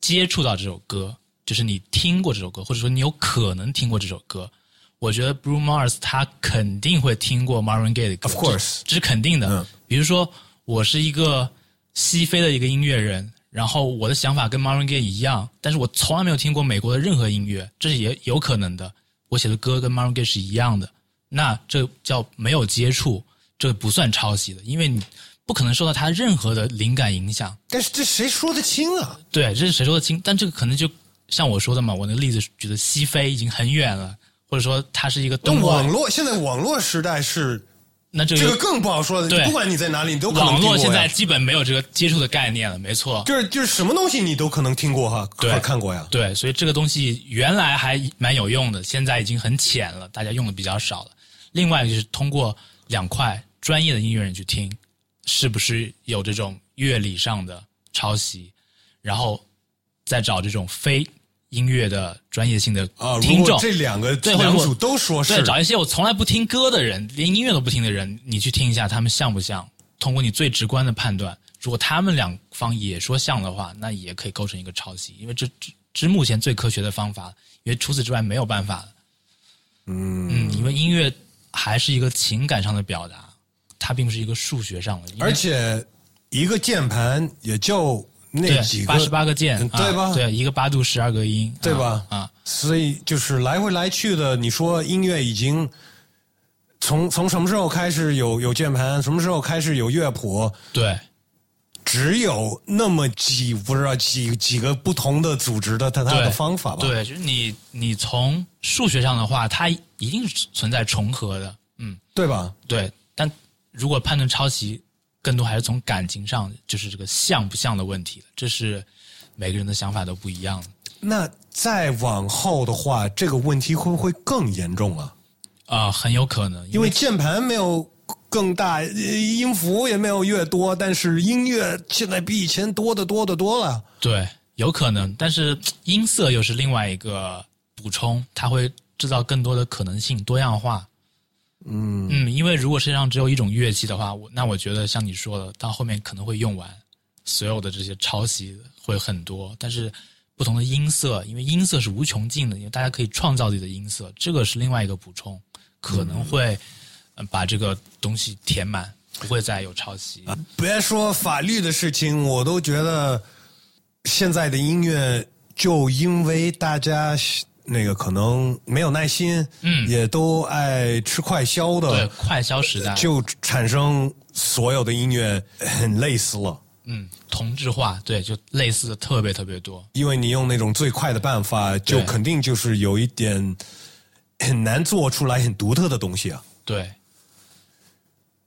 B: 接触到这首歌，就是你听过这首歌，或者说你有可能听过这首歌。我觉得 Bruno Mars 他肯定会听过 Marvin Gaye 的歌
A: Of course
B: 这这是肯定的。
A: 嗯
B: 比如说，我是一个西非的一个音乐人，然后我的想法跟 Marvin Gaye 一样，但是我从来没有听过美国的任何音乐，这是也有可能的。我写的歌跟 Marvin Gaye 是一样的，那这叫没有接触，这不算抄袭的，因为你不可能受到他任何的灵感影响。
A: 但是这谁说得清啊？
B: 对，这是谁说的清？但这个可能就像我说的嘛，我那个例子举的西非已经很远了，或者说它是一个
A: 那
B: 东
A: 网
B: 欧，
A: 络现在网络时代是
B: 那这个
A: 这
B: 有
A: 个更不好说的，
B: 嗯对
A: 不管你在哪里，你都可能
B: 网
A: 听过
B: 络
A: 呀
B: 现在基本没有这个接触的概念了，没错。
A: 就是就是什么东西你都可能听过哈，
B: 对
A: 或看过呀。
B: 对，所以这个东西原来还蛮有用的，现在已经很浅了，大家用的比较少了。另外就是通过两块专业的音乐人去听，是不是有这种乐理上的抄袭，然后再找这种非音乐的专业性的
A: 啊，如
B: 听
A: 果
B: 众，
A: 这两个
B: 对
A: 两
B: 或者
A: 组都说
B: 对，
A: 啊是，
B: 找一些我从来不听歌的人，连音乐都不听的人，你去听一下他们像不像。通过你最直观的判断，如果他们两方也说像的话，那也可以构成一个抄袭，因为这这这是目前最科学的方法，因为除此之外没有嗯办法了。嗯因为音乐还是一个情感上的表达，它并不是一个数学上的，因为
A: 而且一个键盘也就那几
B: 对
A: 个，
B: 八十八个键
A: 嗯，对吧？
B: 啊对，一个八度十二个音，
A: 对吧？
B: 啊啊，
A: 所以就是来回来去的，你说音乐已经从从什么时候开始有有键盘，什么时候开始有乐谱，
B: 对
A: 只有那么几不知道几几个不同的组织的它它
B: 对
A: 的方法吧？，
B: 对，就是你你从数学上的话，它一定是存在重合的，嗯，
A: 对吧？
B: 对。但如果判断抄袭，更多还是从感情上，就是这个像不像的问题了，这是每个人的想法都不一样的。
A: 那再往后的话，这个问题会不会更严重啊？
B: 啊、很有可能，
A: 因为键盘没有更大，呃音符也没有越多，但是音乐现在比以前多得多得多了。
B: 对，有可能，但是音色又是另外一个补充，它会制造更多的可能性、多样化。嗯嗯，因为如果世界上只有一种乐器的话，我那我觉得像你说的，到后面可能会用完所有的这些抄袭会很多，但是不同的音色，因为音色是无穷尽的，因为大家可以创造自己的音色，这个是另外一个补充，可能会呃把这个东西填满，不会再有抄袭。
A: 别说法律的事情，我都觉得现在的音乐就因为大家那个可能没有耐心，
B: 嗯
A: 也都爱吃快消
B: 对
A: 的，，
B: 快消时代
A: 就产生所有的音乐很类似了。
B: 嗯，同质化，对，就类似的特别特别多。
A: 因为你用那种最快的办法，就
B: 对
A: 肯定就是有一点很难做出来很独特的东西啊。
B: 对，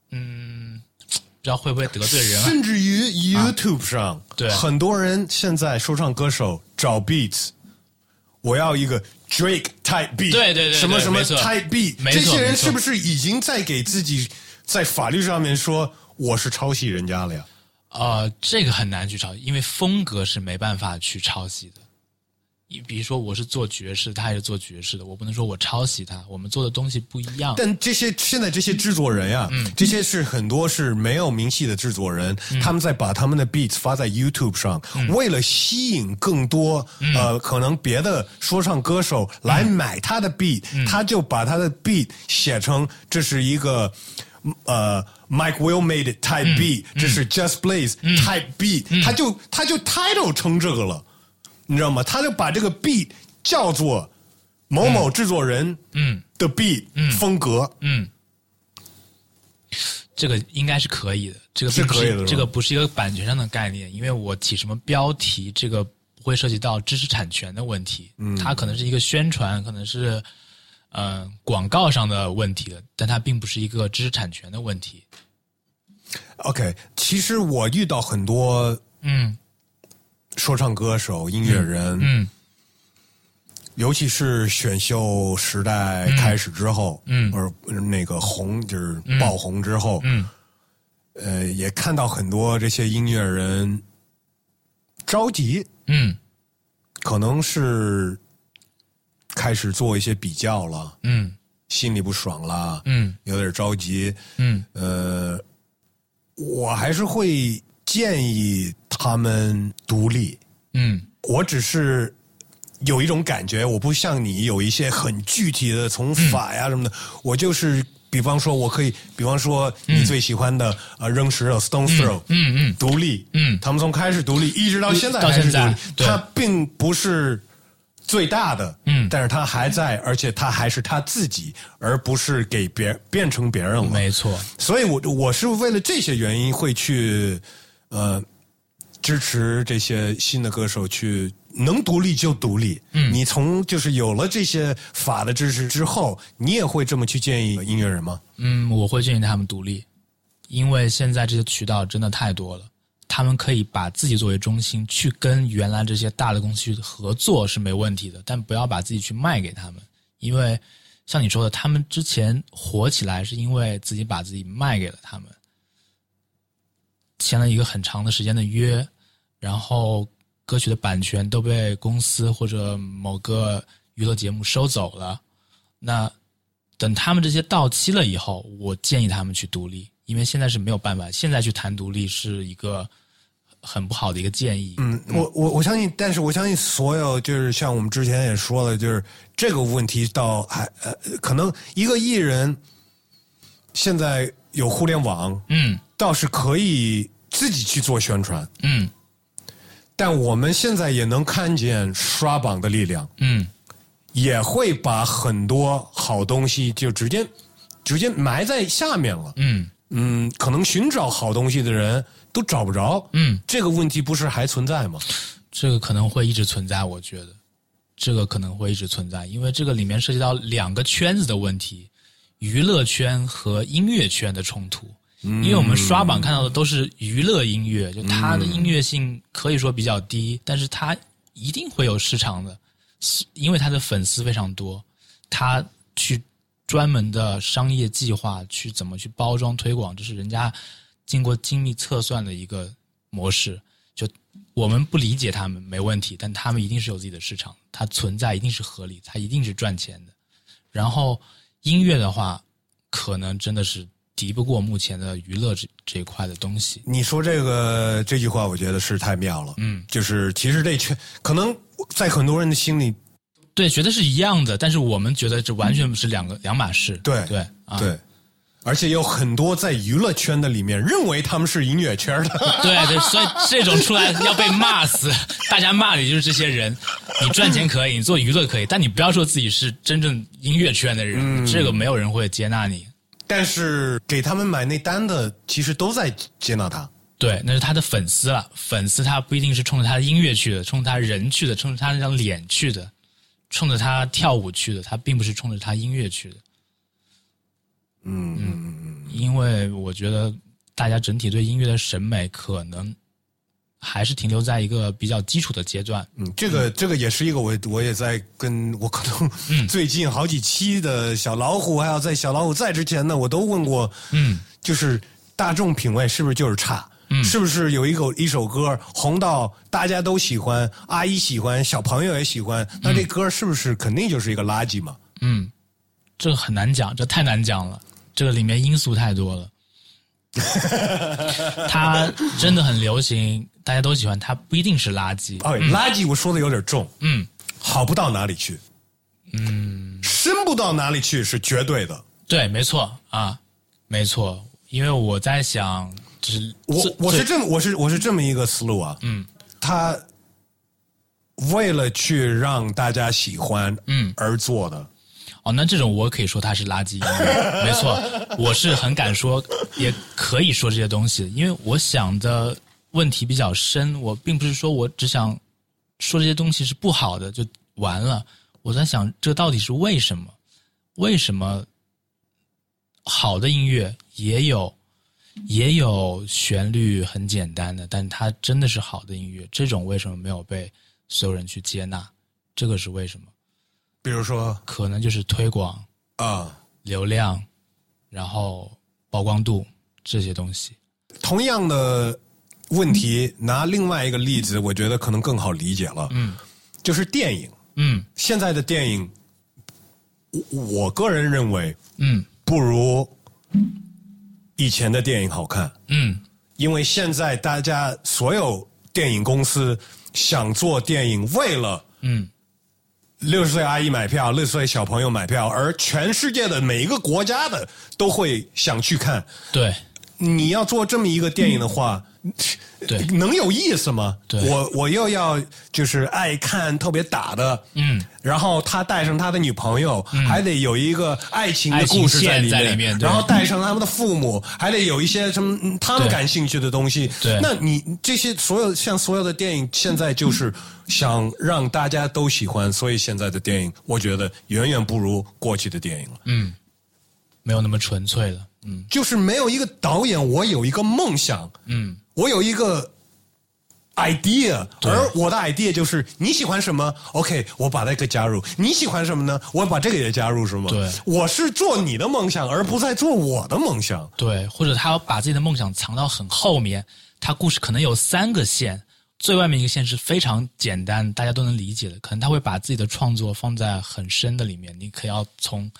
B: 嗯，不知道会不会得罪
A: *laughs*
B: 人啊？
A: 甚至于 YouTube 上，
B: 对
A: 很多人现在说唱歌手找 beats，我要一个 Drake type beat，
B: 对对对对
A: 什么什么
B: 没错
A: type beat，
B: 没
A: 这
B: 错
A: 些人
B: 没错
A: 是不是已经在给自己在法律上面说我是抄袭人家了呀？
B: 呃，这个很难去抄，因为风格是没办法去抄袭的。你比如说，我是做爵士，他也是做爵士的，我不能说我抄袭他，我们做的东西不一样。
A: 但这些现在这些制作人呀、这些是很多是没有明细的制作人，他们在把他们的 beats 发在 YouTube 上，为了吸引更多、呃可能别的说唱歌手来买他的 beat，、他就把他的 beat 写成这是一个呃 Mike Will made it type beat，、这是 Just Blaze type beat，、他就他就 title 成这个了，你知道吗？他就把这个 beat 叫做某某制作人
B: 嗯
A: 的 beat 风格。
B: 嗯，这个应该是可以的，这个
A: 是
B: 并不
A: 可以的是吧
B: 这个不是一个版权上的概念，因为我起什么标题，这个不会涉及到知识产权的问题，嗯，它可能是一个宣传，可能是呃广告上的问题了，但它并不是一个知识产权的问题，
A: OK，其实我遇到很多
B: 嗯
A: 说唱歌手、音乐人，
B: 嗯
A: 尤其是选秀时代开始之后，
B: 嗯
A: 而那个红就是爆红之后，
B: 嗯
A: 呃，也看到很多这些音乐人着急，
B: 嗯
A: 可能是开始做一些比较了，
B: 嗯
A: 心里不爽了，
B: 嗯
A: 有点着急，
B: 嗯
A: 呃，我还是会建议他们独立。
B: 嗯
A: 我只是有一种感觉，我不像你有一些很具体的从法
B: 嗯
A: 呀什么的，我就是比方说，我可以，比方说你最喜欢的、呃扔石头 Stone Throw，
B: 嗯嗯
A: 独立，
B: 嗯
A: 他们从开始独立一直到现在
B: 到
A: 还是独立，
B: 现在对
A: 它并不是最大的，
B: 嗯
A: 但是它还在，而且它还是他自己，而不是给别变成别人了，
B: 没错，
A: 所以我我是为了这些原因会去呃支持这些新的歌手去能独立就独立。嗯，你从就是有了这些法的支持之后，你也会这么去建议音乐人吗？
B: 嗯，我会建议他们独立，因为现在这些渠道真的太多了，他们可以把自己作为中心，去跟原来这些大的公司合作是没问题的，但不要把自己去卖给他们，因为像你说的，他们之前火起来是因为自己把自己卖给了他们，签了一个很长的时间的约，然后歌曲的版权都被公司或者某个娱乐节目收走了，那等他们这些到期了以后，我建议他们去独立，因为现在是没有办法，现在去谈独立是一个很不好的一个建议。
A: 嗯，我我我相信，但是我相信所有就是像我们之前也说了，就是这个问题到还呃，可能一个艺人现在有互联网，
B: 嗯
A: 倒是可以自己去做宣传，
B: 嗯
A: 但我们现在也能看见刷榜的力量，
B: 嗯
A: 也会把很多好东西就直接直接埋在下面了。
B: 嗯
A: 嗯，可能寻找好东西的人都找不着。
B: 嗯，
A: 这个问题不是还存在吗？
B: 这个可能会一直存在，我觉得这个可能会一直存在，因为这个里面涉及到两个圈子的问题，娱乐圈和音乐圈的冲突。因为我们刷榜看到的都是娱乐音乐，就它的音乐性可以说比较低，但是它一定会有市场的，是因为它的粉丝非常多，它去专门的商业计划去怎么去包装推广，这是人家经过精密测算的一个模式。就我们不理解他们没问题，但他们一定是有自己的市场，它存在一定是合理，它一定是赚钱的。然后音乐的话，可能真的是敌不过目前的娱乐这这一块的东西。
A: 你说这个这句话，我觉得是太妙了。
B: 嗯，
A: 就是其实这圈可能在很多人的心里，
B: 对，觉得是一样的，但是我们觉得这完全是两个、两码事。
A: 对
B: 对啊，
A: 对，而且有很多在娱乐圈的里面认为他们是音乐圈的。 *laughs*
B: 对对，所以这种出来要被骂死， *laughs* 大家骂你就是这些人。你赚钱可以，你做娱乐可以，但你不要说自己是真正音乐圈的人，
A: 嗯
B: 这个没有人会接纳你。
A: 但是给他们买那单的，其实都在接纳他。
B: 对，那是他的粉丝了。粉丝他不一定是冲着他的音乐去的，冲着他人去的，冲着他那张脸去的，冲着他跳舞去的，他并不是冲着他音乐去的。嗯嗯嗯，因为我觉得大家整体对音乐的审美可能还是停留在一个比较基础的阶段。
A: 嗯，嗯这个这个也是一个我我也在跟我可能 *laughs* 最近好几期的小老虎，还有在小老虎在之前呢，我都问过，嗯，就是大众品味是不是就是差？嗯，是不是有一口一首歌红到大家都喜欢，阿姨喜欢，小朋友也喜欢，那这歌是不是肯定就是一个垃圾嘛？
B: 嗯，这个很难讲，这太难讲了，这个里面因素太多了。 *laughs* 它真的很流行，大家都喜欢，它不一定是垃圾。
A: 哎，垃圾我说的有点重，
B: 嗯，
A: 好不到哪里去，嗯，深不到哪里去是绝对的。
B: 对，没错啊，没错，因为我在想，就是
A: 我
B: 最
A: 我是
B: 最
A: 这么我是我是这么一个思路啊，嗯，他为了去让大家喜欢，嗯，而做的，
B: 哦，那这种我可以说它是垃圾音乐，没错，我是很敢说，也可以说这些东西，因为我想的问题比较深，我并不是说我只想说这些东西是不好的就完了，我在想这到底是为什么？为什么好的音乐也有也有旋律很简单的，但它真的是好的音乐，这种为什么没有被所有人去接纳？这个是为什么？
A: 比如说
B: 可能就是推广、
A: 啊、
B: 流量，然后曝光度这些东西。
A: 同样的问题，拿另外一个例子，我觉得可能更好理解了，嗯，就是电影，
B: 嗯
A: 现在的电影，我我个人认为
B: 嗯
A: 不如以前的电影好看，
B: 嗯
A: 因为现在大家所有电影公司想做电影，为了
B: 嗯，
A: 六十岁阿姨买票，六十岁小朋友买票，而全世界的每一个国家的都会想去看。
B: 对
A: 你要做这么一个电影的话，
B: 对
A: 能有意思吗？
B: 对
A: 我我又要就是爱看特别打的，
B: 嗯，
A: 然后他带上他的女朋友，还得有一个爱情的故事里
B: 爱情线在里面对
A: 然后带上他们的父母，还得有一些什么嗯他们
B: 对
A: 感兴趣的东西。
B: 对
A: 那你这些所有像所有的电影，现在
B: 嗯
A: 就是想让大家都喜欢，所以现在的电影，我觉得远远不如过去的电影了。
B: 没有那么纯粹了。嗯
A: 就是没有一个导演，我有一个梦想，
B: 嗯，
A: 我有一个 idea，而我的 idea 就是你喜欢什么，OK，我把那个加入；你喜欢什么呢，我把这个也加入，是吗？
B: 对
A: 我是做你的梦想，而不在做我的梦想。
B: 对，或者他把自己的梦想藏到很后面，他故事可能有三个线，最外面一个线是非常简单，大家都能理解的，可能他会把自己的创作放在很深的里面，你可要从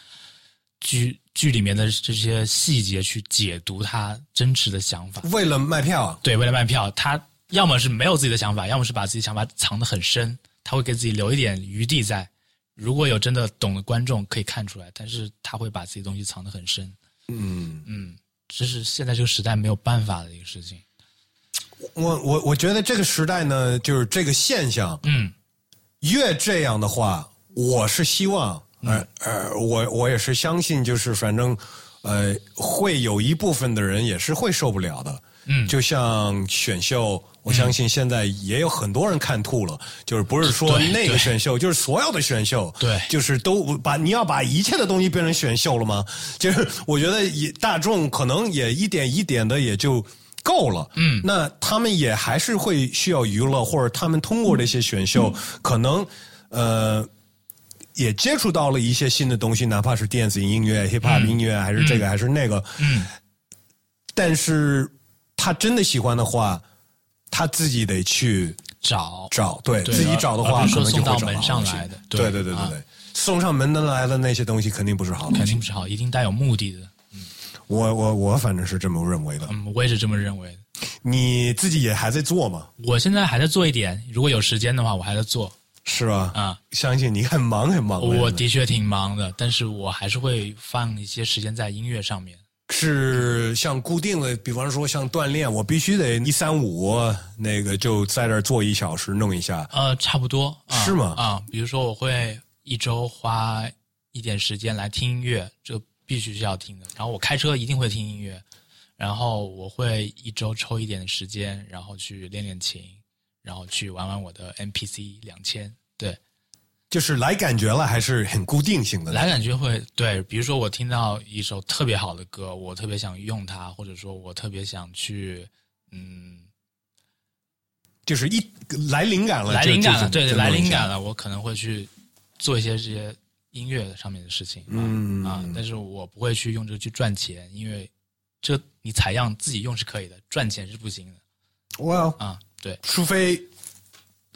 B: 剧剧里面的这些细节去解读他真实的想法。
A: 为了卖票啊，
B: 对，为了卖票，他要么是没有自己的想法，要么是把自己想法藏得很深，他会给自己留一点余地在。如果有真的懂的观众可以看出来，但是他会把自己东西藏得很深。嗯嗯，这是现在这个时代没有办法的一个事情。
A: 我我我觉得这个时代呢，就是这个现象，
B: 嗯，
A: 越这样的话，我是希望，
B: 嗯
A: 呃呃，我我也是相信，就是反正，呃，会有一部分的人也是会受不了的。
B: 嗯
A: 就像选秀，我相信现在也有很多人看吐了，就是不是说
B: 对
A: 那个
B: 对
A: 选秀，就是所有的选秀，
B: 对
A: 就是都把你要把一切的东西变成选秀了吗？就是我觉得也大众可能也一点一点的也就够了。嗯，那他们也还是会需要娱乐，或者他们通过这些选秀，可能呃也接触到了一些新的东西，哪怕是电子音乐、hip hop 音乐，还是这个、还是那个。嗯，但是他真的喜欢的话，他自己得去。
B: 找
A: 找，对
B: 对
A: 自己找的话，
B: 而不是
A: 可
B: 说
A: 能就会
B: 送到
A: 找
B: 门
A: 好
B: 上
A: 东西
B: 来的
A: 对
B: 对
A: 对对对
B: 啊
A: 对，送上门的来的那些东西肯定不是好东
B: 肯
A: 西。
B: 定不是好，一定带有目的的。
A: 我我我反正是这么认为的。
B: 嗯，我也是这么认为的。
A: 你自己也还在做嘛，
B: 我现在还在做一点，如果有时间的话，我还在做。
A: 是吧？
B: 啊，
A: 相信你很忙很忙。
B: 我
A: 真的
B: 的确挺忙的，但是我还是会放一些时间在音乐上面。
A: 是像固定的，比方说像锻炼，我必须得一三五那个就在这儿坐一小时弄一下。
B: 呃，差不多。啊
A: 是吗
B: 啊，比如说我会一周花一点时间来听音乐，这必须是要听的。然后我开车一定会听音乐，然后我会一周抽一点时间，然后去练练琴，然后去玩玩我的 MPC 两千。对，
A: 就是来感觉了，还是很固定性的。
B: 来感觉会对，比如说我听到一首特别好的歌，我特别想用它，或者说我特别想去，嗯，
A: 就是一来灵感了，
B: 来灵感了，
A: 就
B: 对对，来灵
A: 就就
B: 感。
A: 弄一下
B: 了，我可能会去做一些这些音乐上面的事情，
A: 嗯
B: 啊，但是我不会去用这个去赚钱，因为这你采样自己用是可以的，赚钱是不行的
A: 哇，
B: 啊，对
A: 除非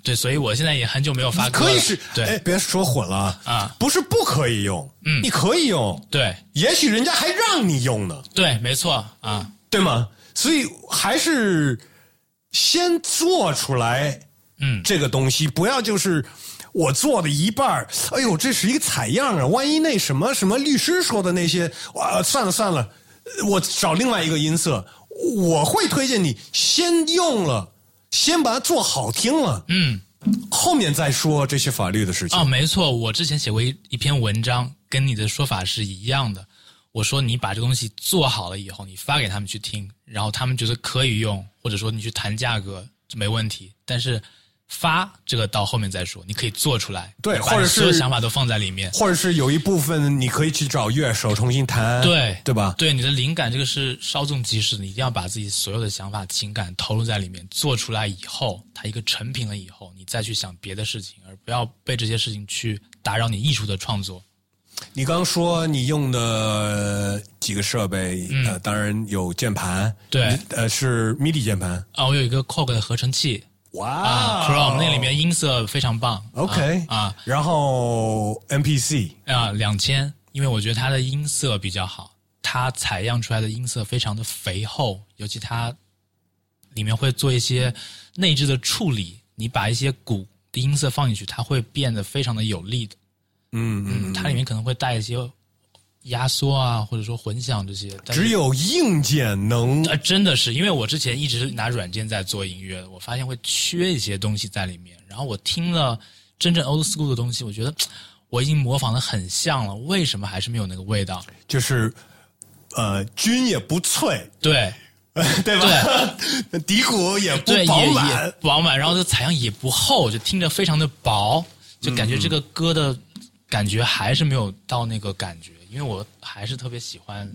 B: 对，所以我现在也很久没有发歌了，
A: 可以是，哎
B: 对，
A: 别说混了
B: 啊，
A: 不是不可以用，
B: 嗯
A: 你可以用，
B: 对
A: 也许人家还让你用呢，
B: 对，没错啊，
A: 对吗？所以还是先做出来
B: 嗯，
A: 这个东西，不要就是我做的一半儿哎呦，这是一个采样啊，万一那什么什么律师说的那些，哇，算了算了，我找另外一个音色，我会推荐你先用了，先把它做好听了，
B: 嗯，
A: 后面再说这些法律的事情。
B: 啊，没错，我之前写过一一篇文章，跟你的说法是一样的。我说你把这东西做好了以后，你发给他们去听，然后他们觉得可以用，或者说你去谈价格没问题，但是发这个到后面再说，你可以做出来，
A: 对
B: 你把
A: 或者
B: 你所有
A: 是
B: 想法都放在里面，
A: 或者是有一部分你可以去找乐手重新弹，
B: 对
A: 对吧？
B: 对，你的灵感这个是稍纵即逝的，你一定要把自己所有的想法、情感投入在里面，做出来以后，它一个成品了以后，你再去想别的事情，而不要被这些事情去打扰你艺术的创作。
A: 你刚说你用的呃几个设备，呃，当然有键盘，
B: 嗯对
A: 呃，是 MIDI 键盘，
B: 啊，我有一个 Korg 的合成器啊
A: 哇
B: ，Chrome 那里面音色非常棒。
A: OK
B: 啊
A: 然后 MPC
B: 啊，两千，因为我觉得它的音色比较好，它采样出来的音色非常的肥厚，尤其它里面会做一些内置的处理，你把一些鼓的音色放进去，它会变得非常的有力的。嗯嗯，它里面可能会带一些压缩啊，或者说混响这些。但是
A: 只有硬件能
B: 呃，真的是，因为我之前一直拿软件在做音乐，我发现会缺一些东西在里面。然后我听了真正 old school 的东西，我觉得嘖我已经模仿的很像了，为什么还是没有那个味道？
A: 就是呃均也不脆， *laughs*
B: 对
A: 对吧？ *laughs* 底鼓也不
B: 对，
A: 饱
B: 也也
A: 满，
B: 不饱满，然后这采样也不厚，就听着非常的
A: 嗯
B: 薄，嗯就感觉这个歌的感觉还是没有到那个感觉，因为我还是特别喜欢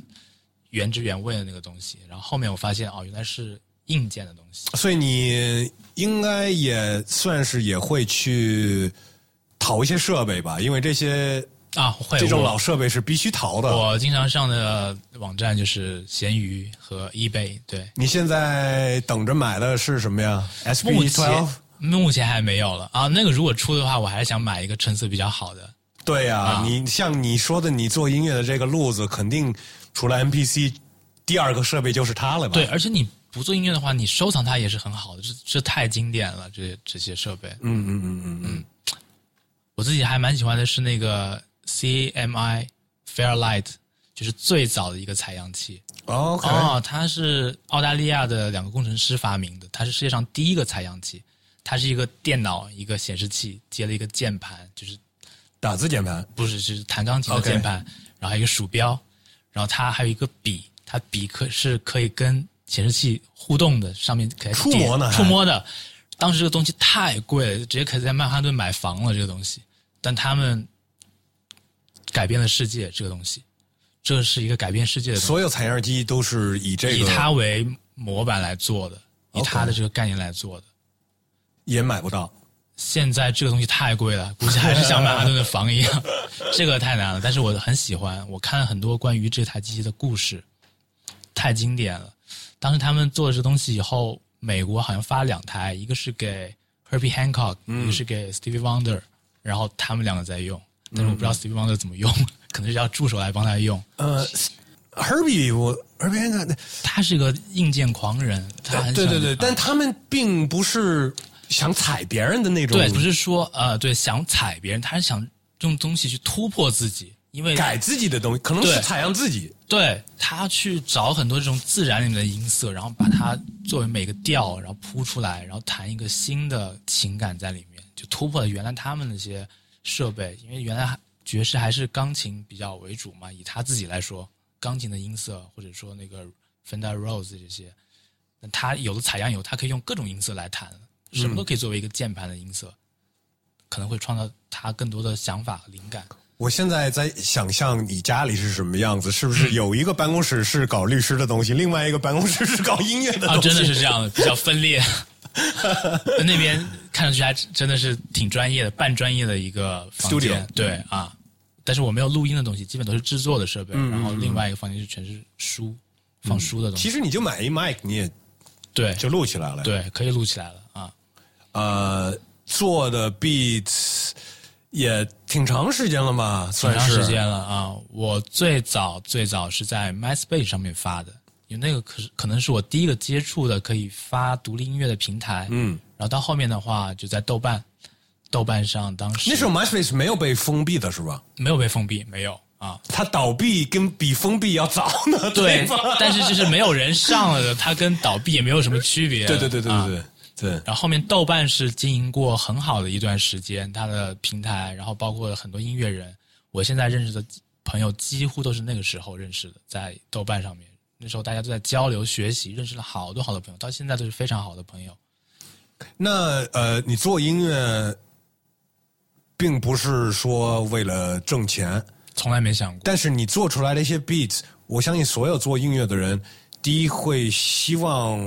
B: 原汁原味的那个东西。然后后面我发现哦，原来是硬件的东西。
A: 所以你应该也算是也会去淘一些设备吧，因为这些
B: 啊，会
A: 这种
B: 我
A: 老啊设备是必须淘的。
B: 我经常上的网站就是闲鱼和 eBay，对，
A: 你现在等着买的是什么呀
B: 目
A: ？SB
B: 前
A: twelve，
B: 目前还没有了啊。那个如果出的话，我还是想买一个成色比较好的。
A: 对呀、
B: 啊
A: 你像你说的，你做音乐的这个路子，肯定除了 MPC，第二个设备就是它了吧？
B: 对，，而且你不做音乐的话，你收藏它也是很好的，这这太经典了，这这些设备。嗯嗯嗯嗯嗯。我自己还蛮喜欢的是那个 CMI Fairlight，就是最早的一个采样器。
A: OK，
B: 哦，它是澳大利亚的两个工程师发明的，它是世界上第一个采样器，它是一个电脑一个显示器接了一个键盘，就是
A: 打字键盘
B: 不是是弹钢琴的
A: OK
B: 键盘然后还有一个鼠标，然后它还有一个笔，它笔可是可以跟显示器互动的，上面可以
A: 触
B: 点
A: 摸呢还
B: 触摸的。当时这个东西太贵了，直接可以在曼哈顿买房了。这个东西，但他们改变了世界，这个东西，这是一个改变世界的东西。
A: 所有采样机都是以这
B: 以它
A: 个，
B: 为模板来做的，以
A: OK
B: 它的这个概念来做的。
A: 也买不到。
B: 现在这个东西太
A: *laughs*
B: 贵了，估计还是像曼哈顿的房一样， *laughs* 这个太难了。但是我很喜欢，我看了很多关于这台机器的故事，太经典了。当时他们做了这东西以后，美国好像发了两台，一个是给 Herbie Hancock，、一
A: 嗯
B: 个是给 Stevie Wonder，然后他们两个在用，
A: 嗯
B: 但是我不知道 Stevie Wonder 怎么用， *laughs* 可能是要助手来帮他用。
A: 呃，Herbie，我 Herbie 看
B: 他是个硬件狂人，他啊很
A: 对
B: 喜
A: 对
B: 欢
A: 对，但他们并不是想踩别人的那种，
B: 对，不是说呃，对，想踩别人，他是想用东西去突破自己，因为
A: 改自己的东西，可能
B: 对
A: 是采样自己。
B: 对他去找很多这种自然里面的音色，然后把它作为每个调，然后铺出来，然后弹一个新的情感在里面，就突破了原来他们那些设备，因为原来爵士还是钢琴比较为主嘛，以他自己来说，钢琴的音色或者说那个 Fender Rose 这些，那他有了采样以后，他可以用各种音色来弹，什么都可以作为一个键盘的音色，可能会创造他更多的想法和灵感。
A: 我现在在想象你家里是什么样子，是不
B: 嗯
A: 是有一个办公室是搞律师的东西，另外一个办公室是搞音乐的东
B: 啊，
A: 西？
B: 真的是这样的，比较分
A: *laughs*
B: 裂。那边看上去还真的是挺专业的，半专业的一个房间
A: Studio
B: 对啊，但是我没有录音的东西，基本都是制作的设备。
A: 嗯
B: 然后另外一个房间是全是书，放书的东西。
A: 其实你就买一麦，你也
B: 对
A: 就录起来了。，
B: 对，可以录起来了啊。
A: 呃，做的 beats 也挺长时间了吧？
B: 挺
A: 算
B: 长
A: 是
B: 时间了啊！我最早最早是在 MySpace 上面发的，因为那个可是可能是我第一个接触的可以发独立音乐的平台。嗯，然后到后面的话就在豆瓣，豆瓣上当时
A: 那时候 MySpace 没有被封闭的是吧？
B: 没有被封闭，没有啊。
A: 它倒闭跟比封闭要早呢，
B: 对
A: 吧？，
B: 但是就是没有人上了的，它跟倒闭也没有什么区别。
A: 对对对对
B: 啊
A: 对对对。
B: 然后后面豆瓣是经营过很好的一段时间，它的平台，然后包括很多音乐人，我现在认识的朋友几乎都是那个时候认识的，在豆瓣上面，那时候大家都在交流学习，认识了好多好多朋友，到现在都是非常好的朋友。
A: 那呃，你做音乐，并不是说为了挣钱，
B: 从来没想过，
A: 但是你做出来的一些 beats，我相信所有做音乐的人，第一会希望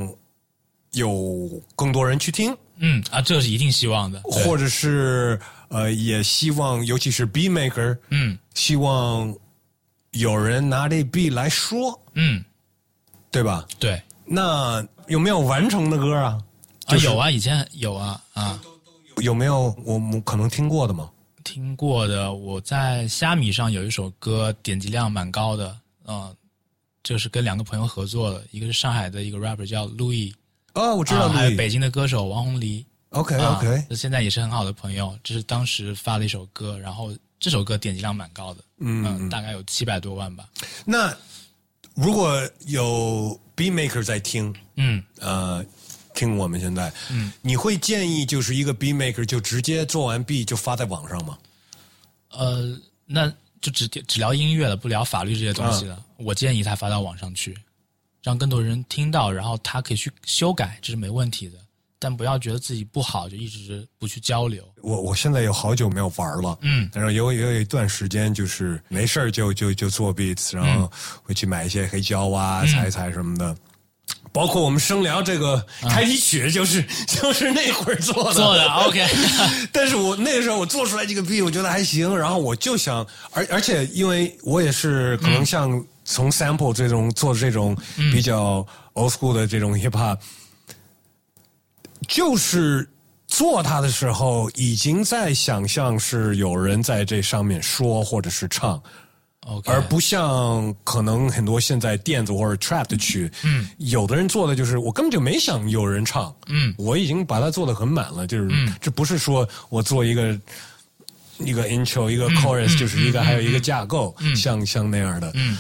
A: 有更多人去听，
B: 嗯啊，这是一定希望的，对
A: 或者是呃，也希望，尤其是 beat maker，
B: 嗯
A: 希望有人拿这 beat 来说，
B: 嗯，
A: 对吧？
B: 对
A: 那有没有完成的歌啊？
B: 啊，有啊，以前有啊啊，
A: 有没有我们可能听过的吗？
B: 听过的，我在虾米上有一首歌点击量蛮高的，嗯、这是跟两个朋友合作的，一个是上海的一个 rapper 叫路易，
A: 哦，我知道
B: 啊，还有
A: 你。
B: 北京的歌手王红黎
A: OK
B: 啊
A: OK，、
B: 这现在也是很好的朋友，这是当时发了一首歌，然后这首歌点击量蛮高的，嗯、大概有七百多万吧，
A: 那如果有 B maker 在听，
B: 嗯，
A: 呃，听我们现在，嗯，你会建议就是一个 B maker 就直接做完 B 就发在网上吗？
B: 呃，那就只只聊音乐了，不聊法律这些东西了。
A: 嗯
B: 我建议他发到网上去，让更多人听到，然后他可以去修改，这是没问题的。但不要觉得自己不好就一直不去交流。
A: 我我现在有好久没有玩了，
B: 嗯，
A: 然后有有有一段时间就是没事儿就就就做
B: 嗯
A: beats，然后会去买一些黑胶啊、踩一踩什么的。包括我们声聊这个开题曲，就是、 *laughs* 就是那会儿做的
B: 啊做的 OK，
A: *laughs* 但是我那个时候我做出来这个 B，我觉得还行，然后我就想，而而且因为我也是可能像从 sample 这种做这种比较 old school 的这种 hip hop，、就是做它的时候已经在想象是有人在这上面说或者是唱，
B: *laughs* OK，
A: 而不像可能很多现在电子或者 trap 的曲，嗯，有的人做的就是我根本就没想有人唱，
B: 嗯，
A: 我已经把它做的很满了，就是、这不是说我做一个
B: 嗯
A: 一个 intro 一个 chorus，、就是一个、还有一个架构，像像那样的，嗯，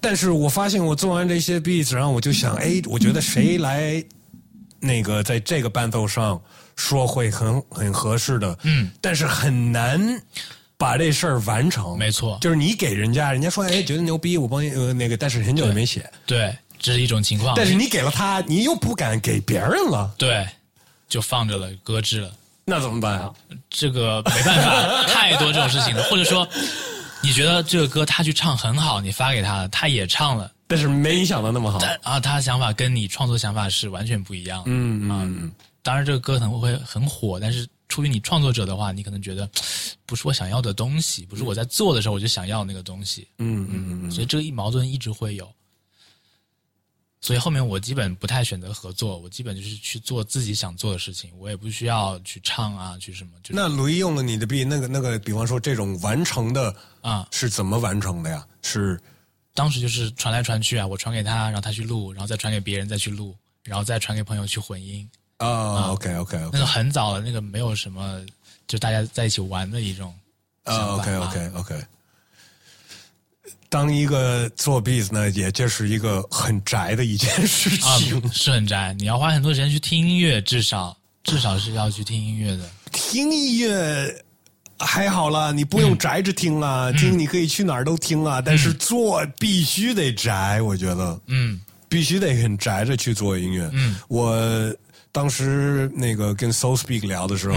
A: 但是我发现我做完这些 beats，然后我就
B: *laughs*
A: 想，哎，我觉得谁来那个在这个伴奏上说会很很合适的，嗯，但是很难。把这事儿完成，
B: 没错
A: 就是你给人家，人家说哎觉得牛逼，我帮你呃那个，但是很久也没写，
B: 对，啊这是一种情况。
A: 但是你给了他，你又不敢给别人了，
B: 对，就放着了，搁置了。
A: 那怎么办啊？
B: 这个没办法，太多这种事情了。或者说，你觉得这个歌他去唱很好，你发给他了，他也唱了，
A: 但是没你想的那么好，
B: 但啊，他的想法跟你创作想法是完全不一样的。嗯嗯，当然这个歌可能会很火，但是出于你创作者的话，你可能觉得不是我想要的东西，不是我在做的时候我就想要那个东西。
A: 嗯嗯
B: 所以这个一矛盾一直会有。所以后面我基本不太选择合作，我基本就是去做自己想做的事情，我也不需要去唱啊，去什么，就是
A: 那鲁伊用了你的 B，那个那个，比方说这种完成的
B: 啊
A: 是怎么完成的呀？是
B: 当时就是传来传去啊，我传给他，然后他去录，然后再传给别人再去录，然后再传给朋友去混音。
A: 啊，OK OK
B: 那
A: OK
B: 个很早了，那个没有什么，就大家在一起玩的一种想
A: 啊
B: 法嘛。
A: OK OK OK。当一个做 beats 呢，也就是一个很宅的一件事
B: 啊
A: 情。，
B: 是很宅，你要花很多时间去听音乐，至少至少是要去听音乐的。
A: 听音乐还好啦，你不用宅着听啊，听你可以去哪儿都听啊。但是做必须得宅，我觉得，嗯，必须得很宅着去做音乐。嗯，我当时那个跟 Soul Speak 聊的时候，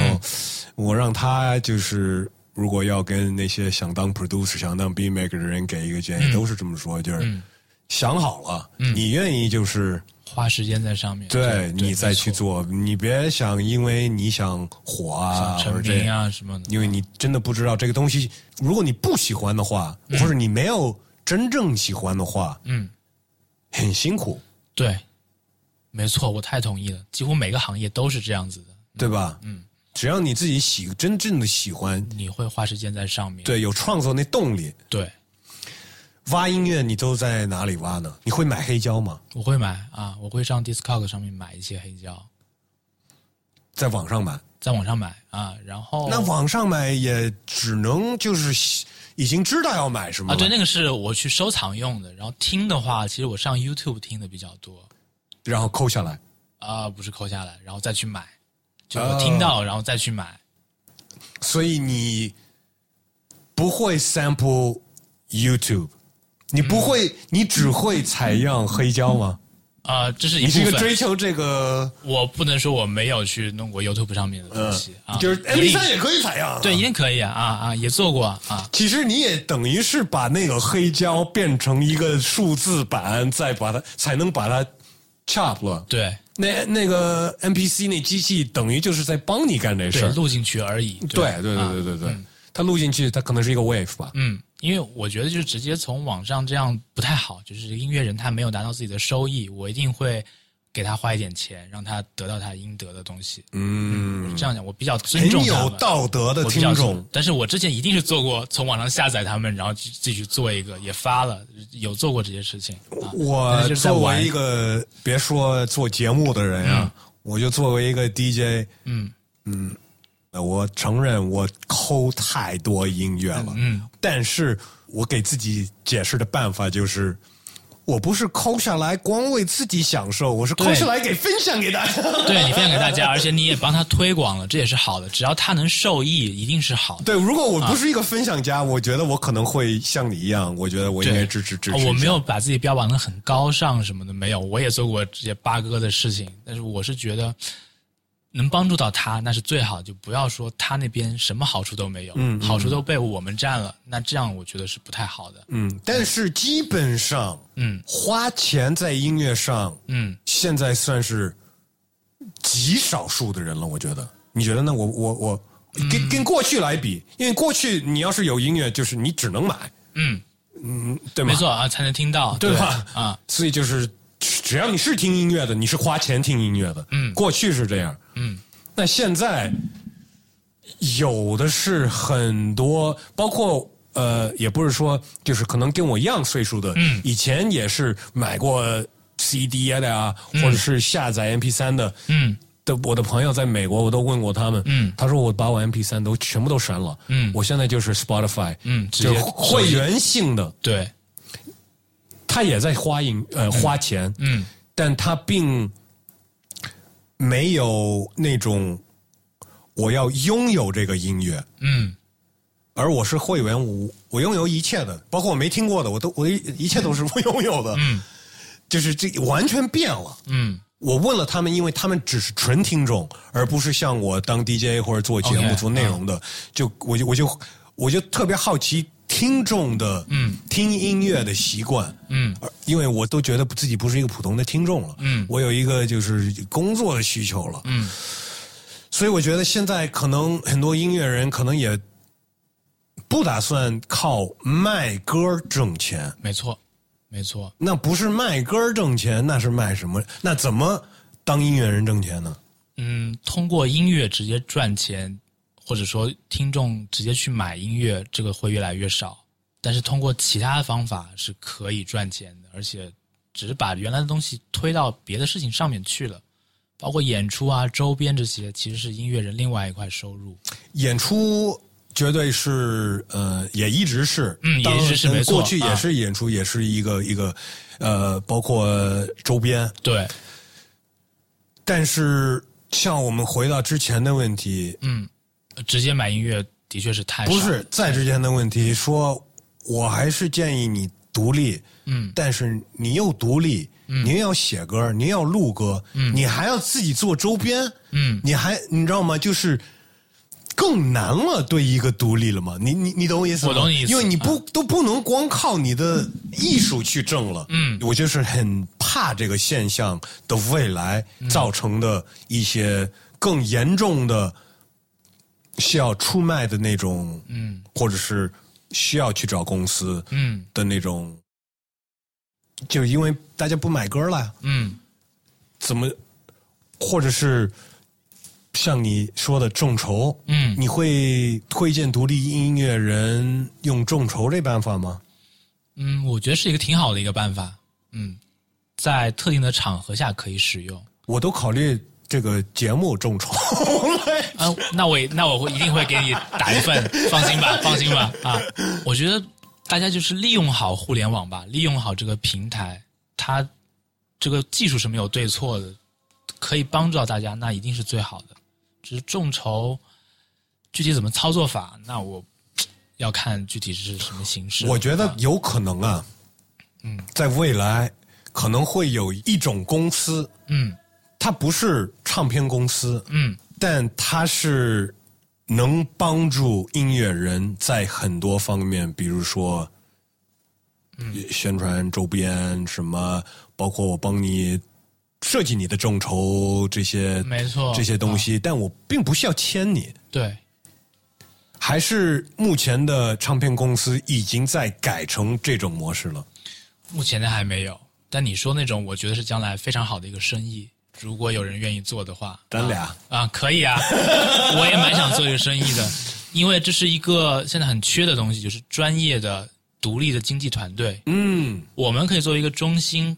A: 我让他就是。如果要跟那些想当 producer、想当 beat maker 的人给一个建议，都是这么说，就是想好了，你愿意就是
B: 花时间在上面，
A: 嗯对你再去
B: 没错
A: 做，你别想因为你想火啊，或者
B: 成
A: 这
B: 名
A: 样，
B: 啊什么的。
A: 因为你真的不知道这个东西，如果你不喜欢的话，或者你没有真正喜欢的话，
B: 嗯，
A: 很辛苦，
B: 对，没错，我太同意了。几乎每个行业都是这样子的，
A: 对吧？嗯，只要你自己喜真正的喜欢，
B: 你会花时间在上面。
A: 对，有创作那动力。
B: 对，
A: 挖音乐你都在哪里挖呢？你会买黑胶吗？
B: 我会买啊，我会上 Discog 上面买一些黑胶，
A: 在网上买？
B: 在网上买啊，然后
A: 那网上买也只能就是喜已经知道要买什么
B: 啊，
A: 了，
B: 对，那个是我去收藏用的。然后听的话，其实我上 YouTube 听的比较多
A: 然后抠下来。
B: 啊，不是抠下来，然后再去买，就
A: 哦
B: 我听到、然后再去买。
A: 所以你不会 sample YouTube，你不会，
B: 嗯
A: 你只会采样黑胶吗？
B: 啊，这是一
A: 你是一
B: 部
A: 个
B: 分。
A: 追求这个，
B: 我不能说我没有去弄过 YouTube 上面的东西、啊，
A: 嗯就是
B: 一
A: MP
B: 定
A: 三也可以采样、啊。
B: 对，一，定可以啊啊啊，也做过啊，
A: 其实你也等于是把那个黑胶变成一个数字版，再把它才能把它 chop 了。
B: 对
A: 那那个 MPC 那机器等于就是在帮你干这事
B: 对，
A: 儿。
B: 录进去而已。
A: 对
B: 对
A: 对
B: 啊
A: 对对对对，它录进去，它可能是一个 wave 吧。
B: 嗯，因为我觉得就是直接从网上这样不太好，就是音乐人他没有达到自己的收益，我一定会给他花一点钱，让他得到他应得的东西。
A: 嗯，
B: 这样讲，我比较尊
A: 很
B: 重他
A: 有
B: 们。
A: 道德的
B: 我比较
A: 听
B: 尊
A: 众。
B: 但是我之前一定是做过从网上下载他们，然后自自己去做一个，也发了，有做过这些事情。啊、但
A: 我
B: 是就是在
A: 作
B: 玩嗯
A: 为一个别说做节目的人啊，我就作为一个 DJ，嗯嗯，我承认我抠太多音乐了，嗯，但是我给自己解释的办法就是。我不是抠下来光为自己享受，我是抠
B: 对
A: 下来给分享给大
B: *laughs*
A: 家。
B: 对你分享给大
A: *laughs*
B: 家，而且你也帮他推广了，这也是好的。只要他能受益，一定是好的。
A: 对，如果我
B: 啊
A: 不是一个分享家，我觉得我可能会像你一样，我觉得我应该
B: 对
A: 支持支
B: 哦
A: 持一下。
B: 我没有把自己标榜的很高尚什么的，没有，我也做过这些八哥的事情，但是我是觉得能帮助到他那是最好，就不要说他那边什么好处都没有，
A: 嗯
B: 好处都被我们占了，那这样我觉得是不太好的。
A: 嗯，但是基本上，
B: 嗯，
A: 花钱在音乐上，
B: 嗯，
A: 现在算是极少数的人了。我觉得，你觉得呢？我我我跟跟过去来比，因为过去你要是有音乐，就是你只能买，
B: 嗯，
A: 嗯，对吗？
B: 没错，啊，才能听到，
A: 对
B: 对
A: 吧？
B: 啊，
A: 所以就是只要你是听音乐的，你是花钱听音乐的，嗯，过去是这样，
B: 嗯，
A: 那现在有的是很多，包括。呃，也不是说就是可能跟我一样岁数的，嗯，以前也是买过 CD 的呀，或者是下载 MP 3的，
B: 嗯，
A: 的我的朋友在美国，我都问过他们，
B: 嗯
A: 他说我把我 MP 3都全部都删了，
B: 嗯
A: 我现在就是 Spotify，
B: 嗯直
A: 就
B: 接
A: 是会员性的，
B: 对，
A: 他也在花银呃花钱，
B: 嗯，
A: 但他并没有那种我要拥有这个音乐，
B: 嗯
A: 而我是会员，我我拥有一切的，包括我没听过的，我都我一一切都是我拥有的，
B: 嗯
A: 就是这完全变了。
B: 嗯
A: 我问了他们，因为他们只是纯听众，而不是像我当 DJ 或者做节目
B: OK，嗯
A: 做内容的，就我就我就我就特别好奇听众的
B: 嗯
A: 听音乐的习惯，
B: 嗯
A: 而因为我都觉得自己不是一个普通的听众了，
B: 嗯
A: 我有一个就是工作的需求了，
B: 嗯
A: 所以我觉得现在可能很多音乐人可能也不打算靠卖歌挣钱，
B: 没错没错，
A: 那不是卖歌挣钱，那是卖什么？那怎么当音乐人挣钱呢？
B: 嗯，通过音乐直接赚钱，或者说听众直接去买音乐，这个会越来越少。但是通过其他方法是可以赚钱的，而且只是把原来的东西推到别的事情上面去了，包括演出啊、周边这些，其实是音乐人另外一块收入。
A: 演出绝对是呃，也一直是，
B: 嗯
A: 当
B: 也一直是
A: 呃
B: 没错啊
A: 过去也是演出，也是一个一个呃，包括周边。
B: 对，
A: 但是像我们回到之前的问题，
B: 嗯，直接买音乐的确是太少
A: 不是在之前的问题，说我还是建议你独立，
B: 嗯
A: 但是你又独立，嗯，你又要写歌，你又要录歌，嗯，你还要自己做周边，
B: 嗯
A: 你还你知道吗？就是。更难了，对一个独立了吗？你你你懂我意思吗？
B: 我懂你意思嗯
A: 因为你不、都不能光靠你的艺术去挣了。
B: 嗯
A: 我就是很怕这个现象的未来
B: 嗯
A: 造成的一些更严重的需要出卖的那种，
B: 嗯，
A: 或者是需要去找公司
B: 嗯
A: 的那种，就因为大家不买歌了呀，
B: 嗯
A: 怎么，或者是像你说的众筹，
B: 嗯
A: 你会推荐独立音乐人用众筹这办法吗？
B: 嗯，我觉得是一个挺好的一个办法。嗯，在特定的场合下可以使用。
A: 我都考虑这个节目众筹了，
B: 啊，那我也那我会一定会给你打一份，放心吧，放心吧啊！我觉得大家就是利用好互联网吧，利用好这个平台，它这个技术是没有对错的，可以帮助到大家，那一定是最好的。只是众筹具体怎么操作法，那我要看具体是什么形式。
A: 我觉得有可能啊，嗯，在未来可能会有一种公司，
B: 嗯
A: 它不是唱片公司，
B: 嗯
A: 但它是能帮助音乐人在很多方面，比如说，
B: 嗯
A: 宣传周边什么，包括我帮你设计你的众筹这些，
B: 没错啊
A: 这些东西，但我并不需要签你。
B: 对，
A: 还是目前的唱片公司已经在改成这种模式了。
B: 目前的还没有。但你说那种，我觉得是将来非常好的一个生意，如果有人愿意做的话，
A: 咱俩、
B: 啊，可以啊， *laughs* 我也蛮想做这个生意的，因为这是一个现在很缺的东西，就是专业的、独立的经纪团队。
A: 嗯，
B: 我们可以作为一个中心，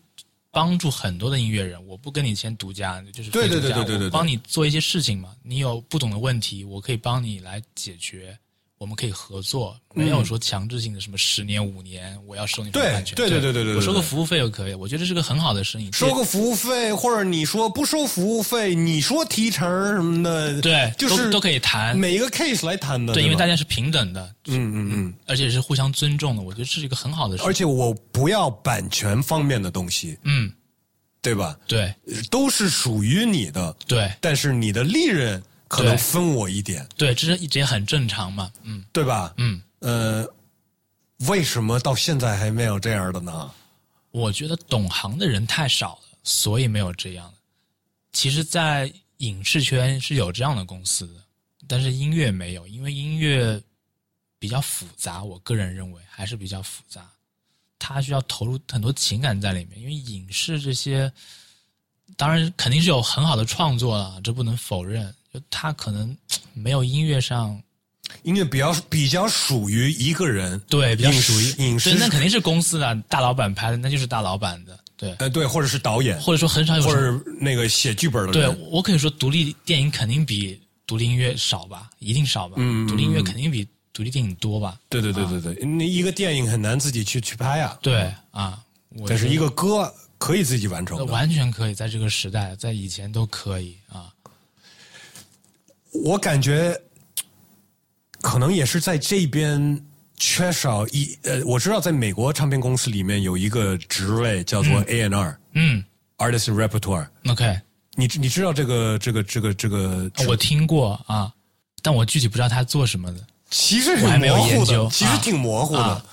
B: 帮助很多的音乐人。我不跟你签独家，就是
A: 对对
B: 非独家
A: 对对对对对
B: 我帮你做一些事情嘛。你有不懂的问题，我可以帮你来解决。我们可以合作，没有说强制性的什么十年五年，我要收你什么
A: 对
B: 版权。
A: 对对对对对对
B: 我收个
A: 对
B: 服务费就可以。我觉得这是个很好的生意，
A: 收个服务费，或者你说不收服务费，你说提成什么的，
B: 对，
A: 就是
B: 都都可以谈。
A: 每一个 case 来谈的。
B: 对，因为
A: 呃吧
B: 大家是平等的，
A: 嗯嗯嗯，
B: 而且是互相尊重的，我觉得这是一个很好的事。
A: 而且我不要版权方面的东西，
B: 嗯，
A: 对吧？
B: 对
A: 都是属于你的，
B: 对
A: 但是你的利润可能
B: 对
A: 分我一点，
B: 对，这是这也很正常嘛。嗯
A: 对吧？
B: 嗯，
A: 呃，为什么到现在还没有这样的呢？
B: 我觉得懂行的人太少了，所以没有这样的。其实，在影视圈是有这样的公司的，但是音乐没有，因为音乐比较复杂，我个人认为还是比较复杂，它需要投入很多情感在里面。因为影视这些，当然肯定是有很好的创作了，这不能否认。就它可能没有音乐上
A: 音乐比较比较属于一个人，
B: 对，比较
A: 影
B: 属于
A: 视影视
B: 对，那肯定是公司的大老板拍的，那就是大老板的，对，
A: 呃对，或者是导演，
B: 或者说很少有
A: 或
B: 什么
A: 者那个写剧本的
B: 对
A: 人，
B: 我可以说独立电影肯定比独立音乐少吧，一定少吧，
A: 嗯嗯嗯
B: 独立音乐肯定比独立电影多吧，
A: 对对对对对，你一个电影很难自己去去拍啊。
B: 对啊，我
A: 但是
B: 觉
A: 一个歌可以自己完成
B: 得
A: 的。
B: 完全可以，在这个时代，在以前都可以啊。
A: 我感觉可能也是在这边缺少一呃，我知道在美国唱片公司里面有一个职位叫做 A N R，
B: 嗯
A: ，Artist and Repertoire。
B: ，OK，
A: 你知你知道这个这个这个这个？
B: 我听过啊，但我具体不知道他做什么的。
A: 其实
B: 我还
A: 挺
B: 没有
A: 模糊
B: 研究
A: 的，其实
B: 啊
A: 挺模糊的。
B: 啊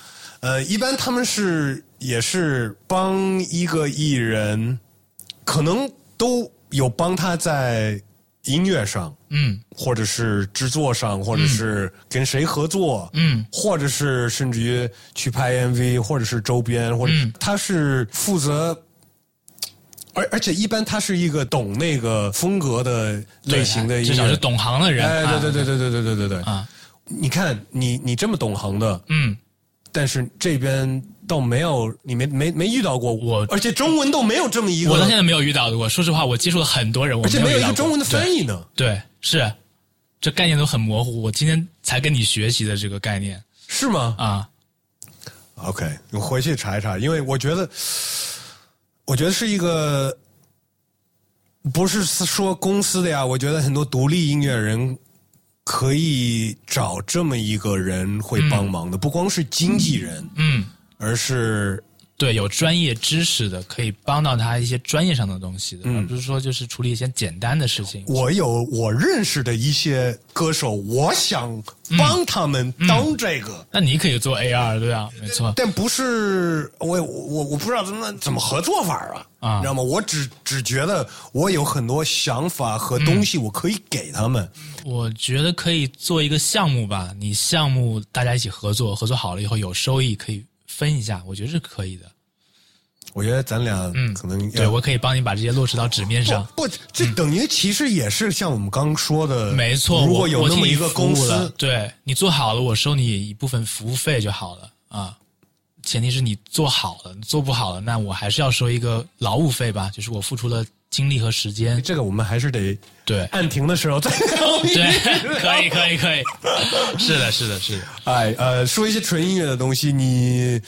A: 呃，一般他们是也是帮一个艺人，可能都有帮他在音乐上，
B: 嗯
A: 或者是制作上，或者是跟谁合作，
B: 嗯，
A: 或者是甚至于去拍 MV，或者是周边，或者是、
B: 嗯
A: 他是负责。而而且一般他是一个懂那个风格的类型的
B: 对
A: 音乐，
B: 至少是懂行的人。
A: 哎，
B: 啊
A: 对对对对对对对对对
B: 啊，
A: 你看你你这么懂行的，
B: 嗯，
A: 但是这边倒没有，你没没没遇到过
B: 我
A: 而且中文都没有这么一个，
B: 我到现在没有遇到过。说实话，我接触了很多人，我
A: 而且没有
B: 遇
A: 一
B: 到
A: 个
B: 过
A: 中文的翻译呢。
B: 对对，是这概念都很模糊。我今天才跟你学习的这个概念
A: 是吗
B: 啊，
A: ？OK，我回去查一查，因为我觉得，我觉得是一个，不是说公司的呀，我觉得很多独立音乐人可以找这么一个人会帮忙的，不光是经纪人，
B: 嗯，
A: 而是
B: 对，有专业知识的可以帮到他一些专业上的东西的，而不是说就是处理一些简单的事情。
A: 我有我认识的一些歌手，我想帮他们
B: 嗯
A: 当这个。
B: 那你可以做 AR 对啊，没错，
A: 但不是我也我我不知道怎么怎么合作法啊，
B: 啊
A: 你知道吗？我只只觉得我有很多想法和东西，我可以给他们。
B: 我觉得可以做一个项目吧，你项目大家一起合作，合作好了以后有收益可以分一下，我觉得是可以的。
A: 我觉得咱俩可能要
B: 嗯对，我可以帮你把这些落实到纸面上。
A: 不不，这等于其实也是像我们刚说的，
B: 没错，
A: 如
B: 我
A: 果有
B: 我
A: 那
B: 替
A: 么
B: 你
A: 一个
B: 服务
A: 公
B: 了
A: 司，
B: 对你做好了，我收你一部分服务费就好了啊。前提是你做好了，做不好了，那我还是要收一个劳务费吧，就是我付出了精力和时间。
A: 这个我们还是得
B: 对
A: 按停的时候再聊。
B: 对， *laughs* 可以可以可以， *laughs* 是的是的是的，
A: 哎，呃，说一些纯音乐的东西，你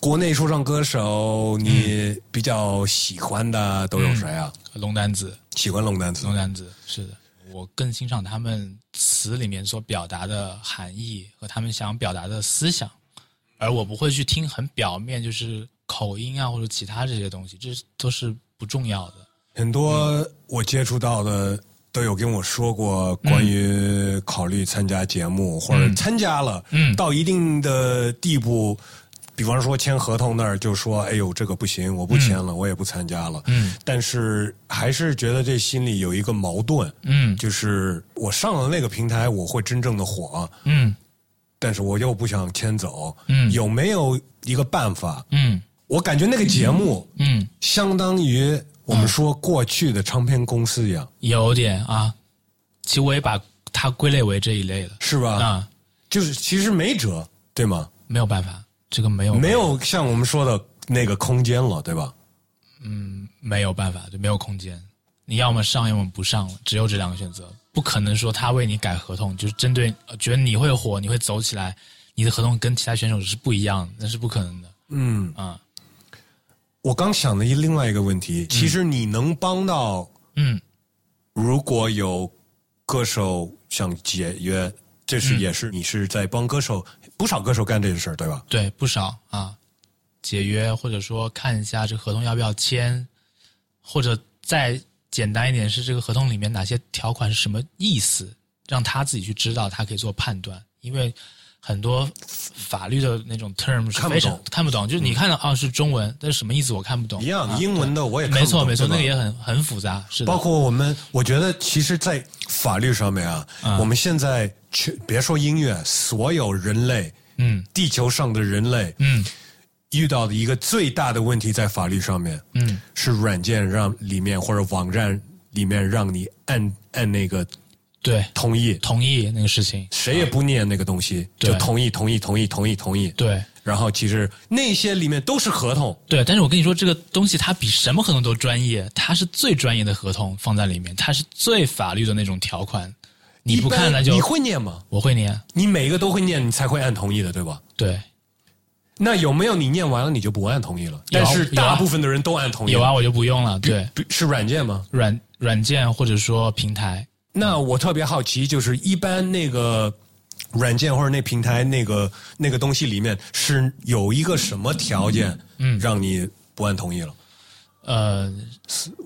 A: 国内说唱歌手，你比较喜欢的都有谁啊？
B: 龙丹子，
A: 喜欢龙丹子
B: 龙丹子是的，我更欣赏他们词里面所表达的含义和他们想表达的思想，而我不会去听很表面，就是口音啊或者其他这些东西，这都是不重要的。
A: 很多我接触到的都有跟我说过关于考虑参加节目、或者参加了，
B: 嗯
A: 到一定的地步，比方说签合同那儿就说，哎呦这个不行，我不签了，我也不参加了，
B: 嗯，
A: 但是还是觉得这心里有一个矛盾，
B: 嗯
A: 就是我上了那个平台，我会真正的火，
B: 嗯
A: 但是我又不想迁走，
B: 嗯
A: 有没有一个办法？
B: 嗯
A: 我感觉那个节目，
B: 嗯，
A: 相当于我们说过去的唱片公司一样，
B: 有点啊，其实我也把它归类为这一类的
A: 是吧？
B: 啊，
A: 就是其实没辙，对吗？
B: 没有办法，这个没有
A: 没有像我们说的那个空间了，对吧？
B: 没有办法，就没有空间。你要么上，要么不上了，只有这两个选择，不可能说他为你改合同，就是针对呃觉得你会火，你会走起来，你的合同跟其他选手是不一样的，那是不可能的。
A: 嗯
B: 啊，
A: 我刚想了一另外一个问题，其实你能帮到
B: 嗯，
A: 如果有歌手想解约，这
B: 嗯
A: 是也是、你是在帮歌手，不少歌手干这个事儿，对吧？
B: 对，不少啊，解约或者说看一下这合同要不要签，或者再简单一点是这个合同里面哪些条款是什么意思，让他自己去知道，他可以做判断，因为。很多法律的那种 term 是
A: 看不
B: 非常
A: 懂
B: 看不懂，就是你看到啊是中文，但是什么意思我看不懂。
A: 一样，英文的我也看不
B: 没错
A: 懂
B: 没错，
A: 对吧
B: 那个也很很复杂，是的
A: 包括我们，我觉得其实，在法律上面啊，
B: 嗯
A: 我们现在全别说音乐，所有人类，
B: 嗯，
A: 地球上的人类，
B: 嗯
A: 遇到的一个最大的问题在法律上面，
B: 嗯，
A: 是软件让里面或者网站里面让你按按那个
B: 对，
A: 同意，
B: 同意那个事情，
A: 谁也不念那个东西，
B: 对
A: 就同意同意同意同意同意，
B: 对
A: 然后其实那些里面都是合同，
B: 对。但是我跟你说，这个东西它比什么合同都专业，它是最专业的合同放在里面，它是最法律的那种条款，你不
A: 一般
B: 看那就
A: 你会念吗？
B: 我会念，
A: 你每一个都会念，你才会按同意的，对吧？
B: 对
A: 那有没有你念完了你就不按同意了？
B: 有啊
A: 但是
B: 有啊
A: 大部分的人都按同意，
B: 有啊，我就不用
A: *clears throat*
B: 了。对，
A: 不，是软件吗？
B: 软软件或者说平台，
A: 那我特别好奇，就是一般那个软件或者那平台那个那个东西里面是有一个什么条件，嗯，让你不按同意了？
B: 呃，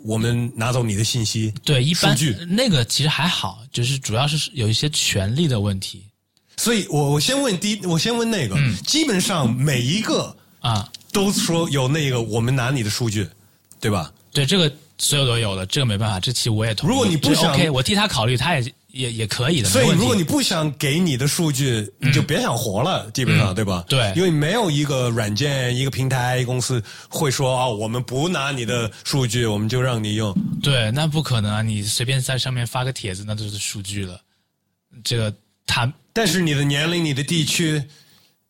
A: 我们拿走你的信息，
B: 对，一般
A: 数据
B: 那个其实还好，就是主要是有一些权利的问题
A: 所以我我先问第一，我先问那个，基本上每一个
B: 啊。
A: 都说有那个我们拿你的数据，对吧？
B: 对，这个所有都有的，这个没办法，这期我也同意。
A: 如果你不想
B: 这 OK，我替他考虑，他也也也可以的。
A: 所以
B: 没问题
A: 如果你不想给你的数据，你就别想活了，基本上对吧？
B: 嗯对
A: 因为没有一个软件、一个平台、一个公司会说啊、我们不拿你的数据，我们就让你用。
B: 对，那不可能啊！你随便在上面发个帖子，那就是数据了。这个他
A: 但是你的年龄、你的地区，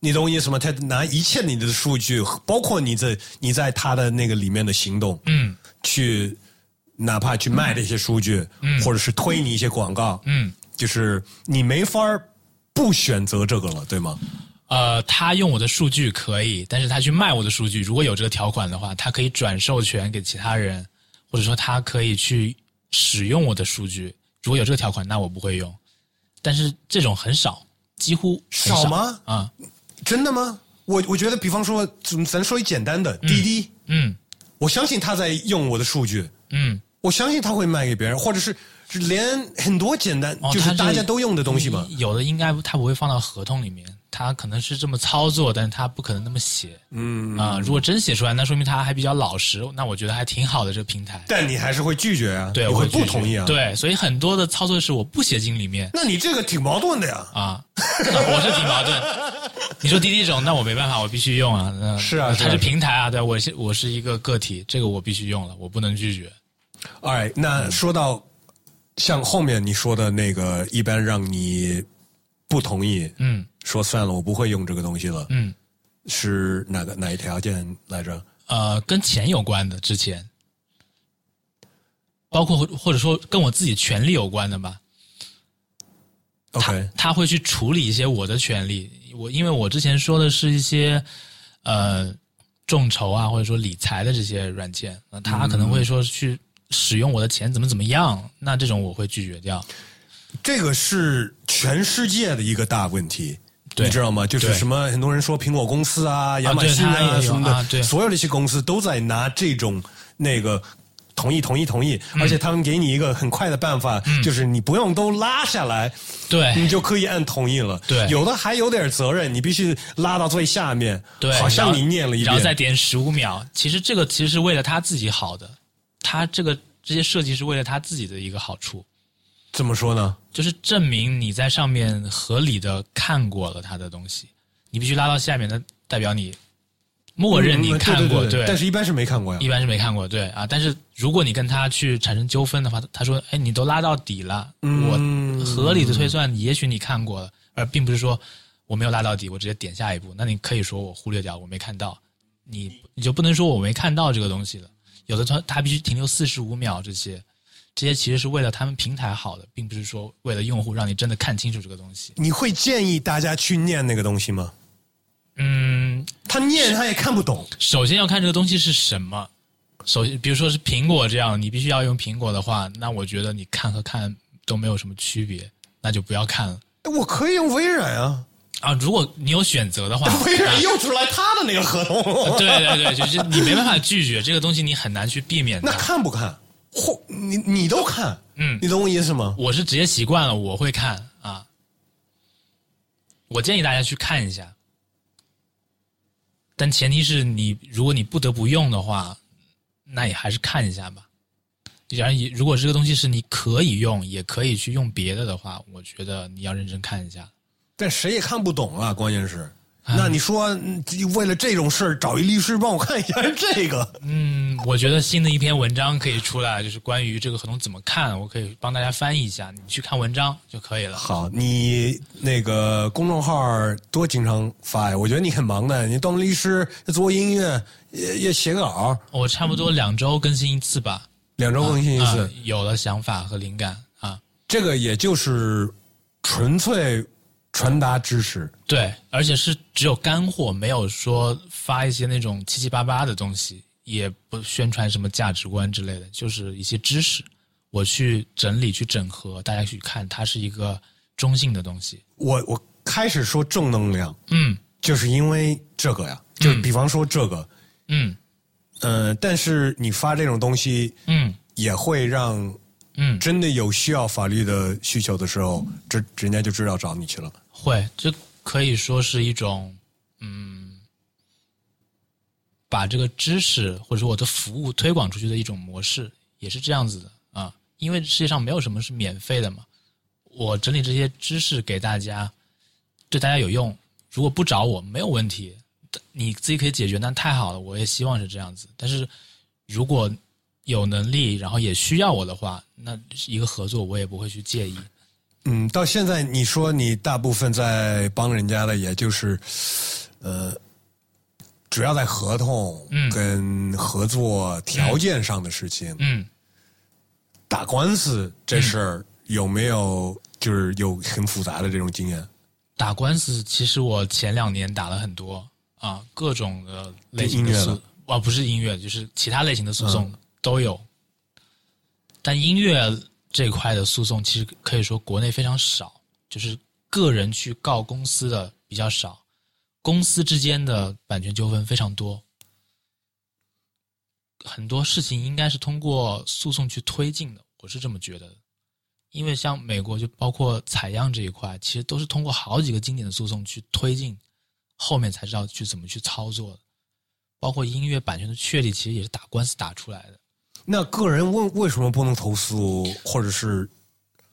A: 你懂我意思吗？他拿一切你的数据，包括你在你在他的那个里面的行动，
B: 嗯
A: 去哪怕去卖这些数据，或者是推你一些广告，
B: 嗯
A: 就是你没法儿不选择这个了，对吗？
B: 呃，他用我的数据可以，但是他去卖我的数据，如果有这个条款的话，他可以转授权给其他人，或者说他可以去使用我的数据。如果有这个条款，那我不会用。但是这种很少，几乎很
A: 少吗
B: 啊、
A: 真的吗？我我觉得，比方说，咱咱说一简单的，滴滴，
B: 嗯
A: 我相信他在用我的数据，
B: 嗯，
A: 我相信他会卖给别人，或者是是连很多简单、
B: 哦
A: 就是
B: 它
A: 大家都用的东西嘛。
B: 有的应该他不会放到合同里面，他可能是这么操作，但是他不可能那么写。嗯啊、如果真写出来，那说明他还比较老实，那我觉得还挺好的这个平台。
A: 但你还是会拒绝啊，
B: 对，
A: 你
B: 我
A: 会
B: 拒
A: 不
B: 绝
A: 同意啊。，
B: 对，所以很多的操作是我不写进
A: *laughs*
B: 里面
A: 那你这个挺矛盾的呀。
B: 啊，我是挺矛盾。你说滴滴这种，那我没办法，我必须用啊。那
A: 是啊是啊
B: 它
A: 是
B: 是
A: 啊
B: 平台啊，对，我是我是一个个体，这个我必须用了，我不能拒绝。
A: 哎，那说到像后面你说的那个，一般让你不同意，
B: 嗯
A: 说算了，我不会用这个东西了，
B: 嗯，
A: 是哪个哪一条件来着？
B: 呃，跟钱有关的，之前，包括或或者说跟我自己权利有关的吧。
A: OK，
B: 他会去处理一些我的权利。我因为我之前说的是一些呃众筹啊，或者说理财的这些软件，那他可能会说去使用我的钱怎么怎么样，那这种我会拒绝掉。
A: 这个是全世界的一个大问题。
B: 对
A: 你知道吗？就是
B: 对
A: 什么，很多人说苹果公司啊、亚马
B: 对
A: 逊
B: 它也
A: 啊
B: 有
A: 什么的，
B: 啊对
A: 所有这些公司都在拿这种那个同意、同意、同意，
B: 嗯
A: 而且他们给你一个很快的办法，就是你不用都拉下来，
B: 对
A: 你就可以按同意了。
B: 对
A: 有的还有点责任，你必须拉到最下面。
B: *laughs* 对，
A: 好像
B: 然后
A: 你念了一
B: 然后再
A: 遍。
B: 点十五秒。其实这个其实是为了他自己好的，他这个这些设计是为了他自己的一个好处，
A: 怎么说呢？
B: 就是证明你在上面合理的看过了他的东西，你必须拉到下面，那代表你默认你
A: 嗯
B: 看过，
A: 对对对
B: 对
A: 但是一般是没看过呀。
B: 一般是没看过，对啊。但是如果你跟他去产生纠纷的话，他他说：“哎，你都拉到底了，我合理的推算，也许你看过了，而并不是说我没有拉到底，我直接点下一步。那你可以说我忽略掉，我没看到，你你就不能说我没看到这个东西了。有的他他必须停留四十五秒，这些这些其实是为了他们平台好的，并不是说为了用户让你真的看清楚这个东西。
A: 你会建议大家去念那个东西吗？
B: 嗯，
A: 他念他也看不懂。
B: 首先要看这个东西是什么。首先，比如说是苹果这样，你必须要用苹果的话，那我觉得你看和看都没有什么区别，那就不要看了
A: 我可以用微软啊，
B: 啊。如果你有选择的话，
A: *laughs* 微软用出来他的那个合同，
B: 对对对，就是你没办法拒绝这个东西，你很难去避免
A: *laughs* 那
B: 它。
A: 看不看？或你你都看，
B: 嗯
A: 你懂我意思吗？
B: 我是直接习惯了，我会看啊。我建议大家去看一下，但前提是你如果你不得不用的话，那也还是看一下吧。然后也如果这个东西是你可以用，也可以去用别的的话，我觉得你要认真看一下。
A: 但谁也看不懂啊，关键是。那你说，嗯为了这种事儿找一律师帮我看一 *laughs* 下这个？
B: 嗯，我觉得新的一篇文章可以出来，就是关于这个合同怎么看，我可以帮大家翻译一下，你去看文章就可以了。
A: 好，你那个公众号多经常发呀，我觉得你很忙的，你当律师，做音乐，也也写稿，
B: 我差不多两周更新一次吧，
A: 两周更新一次
B: 啊，有了想法和灵感啊。
A: 这个也就是纯粹传达知识。
B: 对，而且是只有干货，没有说发一些那种七七八八的东西，也不宣传什么价值观之类的，就是一些知识，我去整理、去整合，大家去看，它是一个中性的东西。
A: 我我开始说正能量，
B: 嗯
A: 就是因为这个呀，就是比方说这个，
B: 嗯
A: 呃，但是你发这种东西
B: 嗯
A: 也会让
B: 嗯，
A: 真的有需要法律的需求的时候，这人家就知道找你去了。
B: 会，这可以说是一种，嗯，把这个知识或者说我的服务推广出去的一种模式，也是这样子的啊。因为世界上没有什么是免费的嘛，我整理这些知识给大家，对大家有用。如果不找我没有问题，你自己可以解决，那太好了。我也希望是这样子。但是如果有能力，然后也需要我的话，那一个合作我也不会去介意。
A: 嗯，到现在你说你大部分在帮人家的，也就是呃，主要在合同
B: 嗯
A: 跟合作条件上的事情。
B: 嗯
A: 打官司这事儿有没有就是有很复杂的这种经验？
B: 打官司，其实我前两年打了很多啊，各种的类型
A: 音
B: 的
A: 乐
B: 诉
A: 呢，
B: 啊，不是音乐，就是其他类型的诉讼都有。但音乐这块的诉讼，其实可以说国内非常少，就是个人去告公司的比较少，公司之间的版权纠纷非常多。很多事情应该是通过诉讼去推进的，我是这么觉得的。因为像美国就包括采样这一块，其实都是通过好几个经典的诉讼去推进，后面才知道去怎么去操作的。包括音乐版权的确立，其实也是打官司打出来的。
A: 那个人为为什么不能投诉，或者是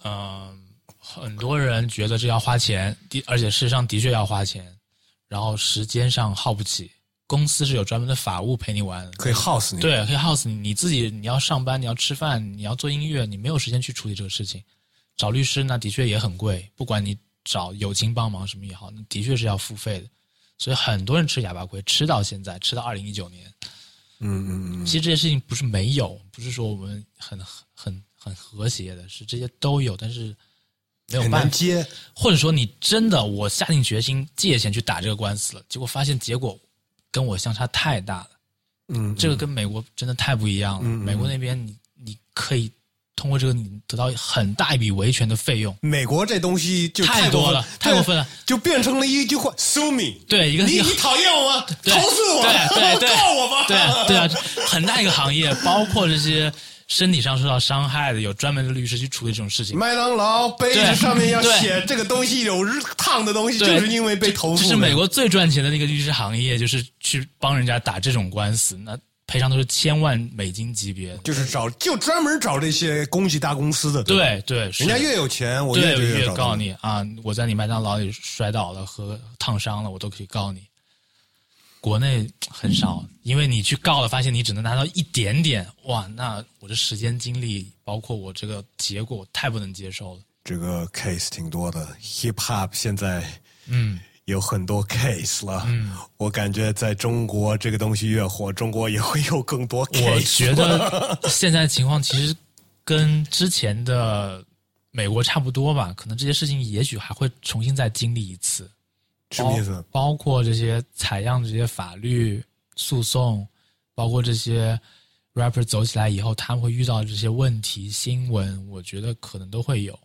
B: 嗯、很多人觉得这要花钱，的而且事实上的确要花钱，然后时间上耗不起。公司是有专门的法务陪你玩的，
A: 可以 house 你？，
B: 对，黑 house 你你自己你要上班，你要吃饭，你要做音乐，你没有时间去处理这个事情。找律师那的确也很贵，不管你找友情帮忙什么也好，那的确是要付费的。所以很多人吃哑巴亏，吃到现在，吃到二零一九年。
A: 嗯嗯嗯，
B: 其实这些事情不是没有，不是说我们很很很和谐的，是这些都有，但是没有
A: 很
B: 办
A: 难
B: 法。
A: 接。
B: 或者说你真的我下定决心借钱去打这个官司了，结果发现结果跟我相差太大了。
A: 嗯，
B: 这个跟美国真的太不一样了。
A: 嗯嗯
B: 美国那边你你可以通过这个你得到很大一笔维权的费用，
A: 美国这东西就
B: 太多
A: 过分
B: 了太过分了，
A: 对就变成了一句话：sue me。
B: 对一个
A: 你你讨厌我吗？
B: 对
A: 投诉我， *laughs*
B: 对对对，
A: 告我吧。
B: 对啊对啊，很大一个行业，包括这些身体上受到伤害的，有专门的律师去处理这种事情。
A: 麦当劳杯
B: 对
A: 子上面要
B: 对
A: 写这个东西有日烫的东西，就
B: 对
A: 是因为被投诉
B: 这
A: 的。
B: 是美国最赚钱的那个律师行业，就是去帮人家打这种官司，那赔偿都是千万美金级别。
A: 就是找就专门找这些攻击大公司的，吧
B: 对对，是
A: 人家越有钱，我
B: 对，
A: 越觉得
B: 越
A: 找
B: 告
A: 他们。
B: 你啊！我在你麦当劳里摔倒了和烫伤了，我都可以告你。国内很少，因为你去告了，发现你只能拿到一点点，哇！那我的时间、精力，包括我这个结果，我太不能接受了。
A: 这个 case 挺多的，hip hop 现在
B: 嗯，
A: 有很多 case 了。嗯，我感觉在中国这个东西越火，中国也会有更多 case。
B: 我觉得现在的情况其实跟之前的美国差不多吧，可能这些事情也许还会重新再经历一次。
A: 什么意思？
B: 包括这些采样、这些法律诉讼，包括这些 rapper 走起来以后，他们会遇到这些问题、新闻，我觉得可能都会有。